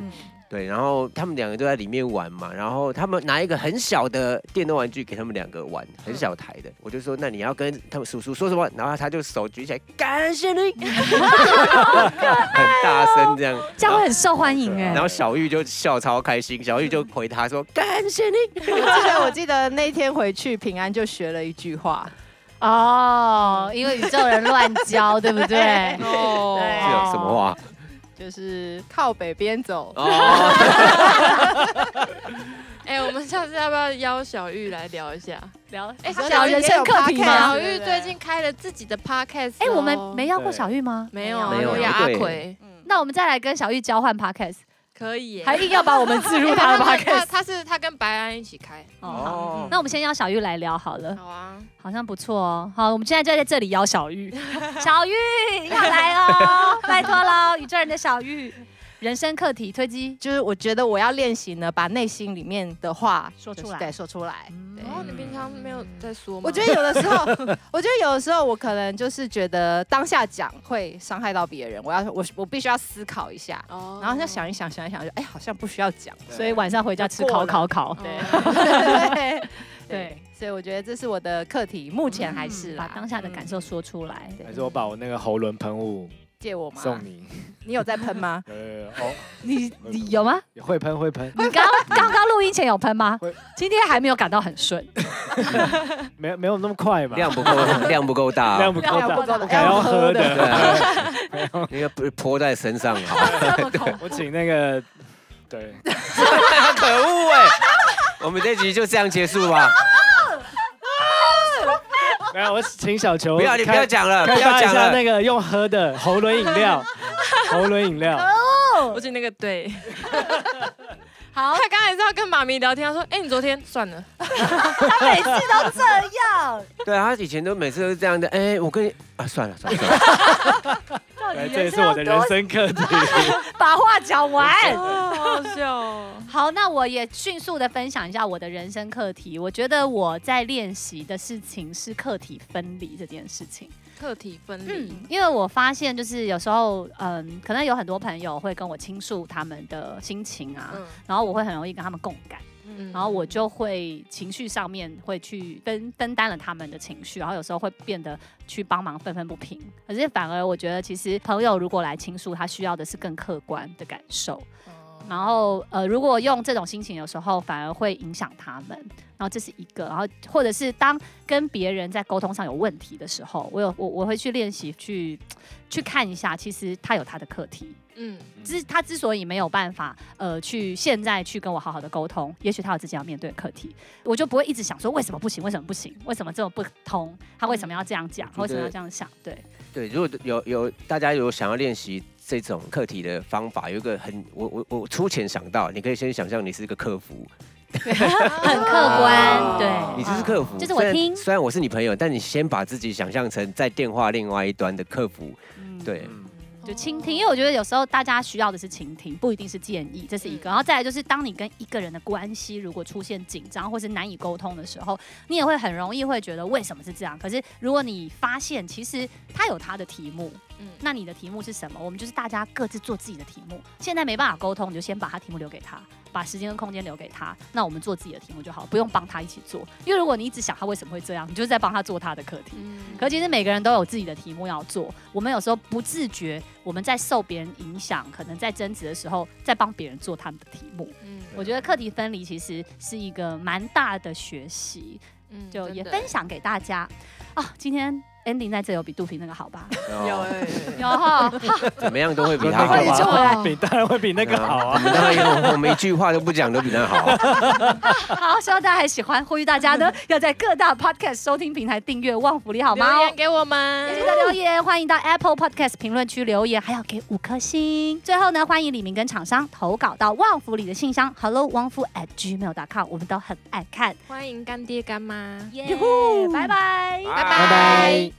Speaker 1: 对，然后他们两个都在里面玩嘛，然后他们拿一个很小的电动玩具给他们两个玩，很小台的，我就说那你要跟他们叔叔说什么，然后他就手举起来，感谢你，很大声这样，
Speaker 2: 这样会很受欢迎哎、
Speaker 1: 然后小玉就笑超开心，小玉就回他 说：“感谢你。
Speaker 3: 我记得我记得那天回去，平安就学了一句话，
Speaker 2: 哦，因为宇宙人乱教，对不 对？
Speaker 4: 哦，
Speaker 3: 对”
Speaker 1: 这啊有什么话？
Speaker 3: 就是靠北边走。
Speaker 1: 哦，
Speaker 4: 哎，我们下次要不要邀小玉来聊一下？
Speaker 2: 聊
Speaker 4: 哎，
Speaker 2: 聊人生课题吗
Speaker 4: 小？玉最近开了自己的 podcast，
Speaker 2: 哎、
Speaker 4: 哦
Speaker 2: 我们没邀过小玉吗？
Speaker 4: 没有啊
Speaker 1: 没有
Speaker 4: 我要
Speaker 1: 啊
Speaker 4: 阿
Speaker 1: 对
Speaker 4: 奎，
Speaker 2: 那我们再来跟小玉交换 podcast，
Speaker 4: 可以耶，
Speaker 2: 还硬要把我们置入
Speaker 4: 哎
Speaker 2: 他的
Speaker 4: 他他
Speaker 2: podcast。
Speaker 4: 他是他跟白安一起开，
Speaker 2: 哦，好，
Speaker 1: 哦
Speaker 2: 那我们先邀小玉来聊好了，
Speaker 4: 好啊，
Speaker 2: 好像不错哦。好，我们现在就在这里邀小玉， 小玉要来 哦，拜托喽，宇宙人的小玉，人生课题推机
Speaker 3: 就是我觉得我要练习呢，把内心里面的话
Speaker 2: 说出
Speaker 3: 就是
Speaker 2: 来
Speaker 3: 对，说出
Speaker 2: 哎
Speaker 3: 来。对
Speaker 2: 嗯
Speaker 4: 哦，你平常没有在说吗？
Speaker 3: 我觉得有的时候，我觉得有的时候我可能就是觉得当下讲会伤害到别人，我要我我必须要思考一下，
Speaker 4: 哦
Speaker 3: 然后再想一想，想一想就哎、好像不需要讲。
Speaker 2: 所以晚上回家吃烤烤烤。
Speaker 4: 对，
Speaker 3: 对
Speaker 2: 嗯对嗯
Speaker 3: 对，所以我觉得这是我的课题，目前还是
Speaker 2: 把
Speaker 3: 啦。嗯
Speaker 2: 当下的感受说出来。
Speaker 3: 对
Speaker 6: 还是我把我那个喉轮喷雾
Speaker 3: 借我吗？
Speaker 6: 送你。？
Speaker 3: 你有在喷吗
Speaker 6: 有有有哦，
Speaker 2: 你你有吗？
Speaker 6: 会喷会喷，
Speaker 2: 你刚刚刚录音前有喷吗
Speaker 6: 会？
Speaker 2: 今天还没有感到很顺，
Speaker 6: 没有没有那么快 吧？
Speaker 1: 量不够，量不够大、
Speaker 6: 量
Speaker 1: 哦，
Speaker 6: 不够
Speaker 3: 量不
Speaker 6: 大，我
Speaker 3: 够大
Speaker 6: 可能要喝
Speaker 1: 对
Speaker 6: 的。
Speaker 1: 啊，应该不泼在身上啊，
Speaker 6: 我请那个，对，
Speaker 1: 可恶哎、我们这集就这样结束吧，
Speaker 6: 没有，我请小球
Speaker 1: 不要你不要
Speaker 6: 开
Speaker 1: 讲了，不
Speaker 6: 开
Speaker 1: 要
Speaker 6: 发一
Speaker 1: 讲
Speaker 6: 下
Speaker 1: 了，
Speaker 6: 那个用喝的喉轮饮 料，喉轮饮料。
Speaker 4: 我请那个对。
Speaker 2: 好，
Speaker 4: 他刚才是要跟妈咪聊天，他说：“哎、你昨天算了，
Speaker 7: 他每次都这 样，
Speaker 1: 对啊，他以前都每次都是这样的，哎、我跟你啊，算了算了算了，
Speaker 7: 到底
Speaker 6: 对，这也
Speaker 7: 人
Speaker 6: 是
Speaker 7: 生
Speaker 6: 我
Speaker 7: 要
Speaker 6: 的人
Speaker 7: 多
Speaker 6: 生课题。
Speaker 7: 把话讲完？
Speaker 4: 哦、好好 笑、哦。
Speaker 2: 好，那我也迅速的分享一下我的人生课题。我觉得我在练习的事情是课题分离这件事情。”
Speaker 4: 课题分离、
Speaker 2: 嗯，因为我发现就是有时候，嗯，可能有很多朋友会跟我倾诉他们的心情啊，
Speaker 4: 嗯
Speaker 2: 然后我会很容易跟他们共感，
Speaker 4: 嗯
Speaker 2: 然后我就会情绪上面会去分分担了他们的情绪，然后有时候会变得去帮忙愤愤不平。可是反而我觉得，其实朋友如果来倾诉，他需要的是更客观的感受。
Speaker 4: 哦
Speaker 2: 然后呃，如果用这种心情，有时候反而会影响他们。然后这是一个，然后或者是当跟别人在沟通上有问题的时候，我有我我会去练习去去看一下，其实他有他的课题。
Speaker 4: 嗯，
Speaker 2: 之他之所以没有办法呃去现在去跟我好好的沟通，也许他有自己要面对的课题，我就不会一直想说为什么不行，为什么不行，为什么这么不通，他为什么要这样
Speaker 1: 嗯
Speaker 2: 讲，他为什么要这样想？对，
Speaker 1: 对，如果有有大家有想要练习这种课题的方法，有一个很我我我粗浅想到，你可以先想象你是一个客服，
Speaker 2: 很客
Speaker 4: 哦
Speaker 2: 观，对，
Speaker 1: 哦你就是客服，
Speaker 2: 嗯这是我
Speaker 1: 虽然
Speaker 2: 听
Speaker 1: 虽然我是你朋友，但你先把自己想象成在电话另外一端的客服，
Speaker 2: 嗯
Speaker 1: 对，
Speaker 2: 就倾听，因为我觉得有时候大家需要的是倾听，不一定是建议，这是一个。然后再来就是，当你跟一个人的关系如果出现紧张或是难以沟通的时候，你也会很容易会觉得为什么是这样。可是如果你发现其实他有他的题目，嗯
Speaker 4: 嗯，
Speaker 2: 那你的题目是什么？我们就是大家各自做自己的题目。现在没办法沟通，你就先把他题目留给他。把时间跟空间留给他，那我们做自己的题目就好，不用帮他一起做。因为如果你一直想他为什么会这样，你就是在帮他做他的课题。
Speaker 4: 嗯
Speaker 2: 可其实每个人都有自己的题目要做，我们有时候不自觉，我们在受别人影响，可能在争执的时候，在帮别人做他们的题目。
Speaker 4: 嗯
Speaker 2: 我觉得课题分离其实是一个蛮大的学习，
Speaker 4: 嗯
Speaker 2: 就也
Speaker 4: 真的
Speaker 2: 分享给大家。啊，今天 ending 在这有比杜平那个好 吧？
Speaker 1: 然后
Speaker 4: 有哎、有
Speaker 2: 有哈，
Speaker 1: 怎么样都会比他
Speaker 6: 那
Speaker 1: 好
Speaker 6: 个
Speaker 1: 啊。
Speaker 6: 吧比当然会比那个好啊。
Speaker 1: 对啊！我们当然有我们一句话都不讲都比他好啊。
Speaker 2: 好，希望大家还喜欢，呼吁大家呢要在各大 podcast 收听平台订阅《旺福利好吗
Speaker 4: 留
Speaker 2: 哦
Speaker 4: 言给我
Speaker 2: 记
Speaker 4: 们，
Speaker 2: 得留言，欢迎到 Apple Podcast 评论区留言，还要给五颗星。最后呢，欢迎李明跟厂商投稿到旺福里的信箱 hello 旺福 at gmail.com，我们都很爱看。
Speaker 4: 欢迎干爹干妈。
Speaker 2: 耶、拜拜。
Speaker 1: 拜
Speaker 6: 拜拜。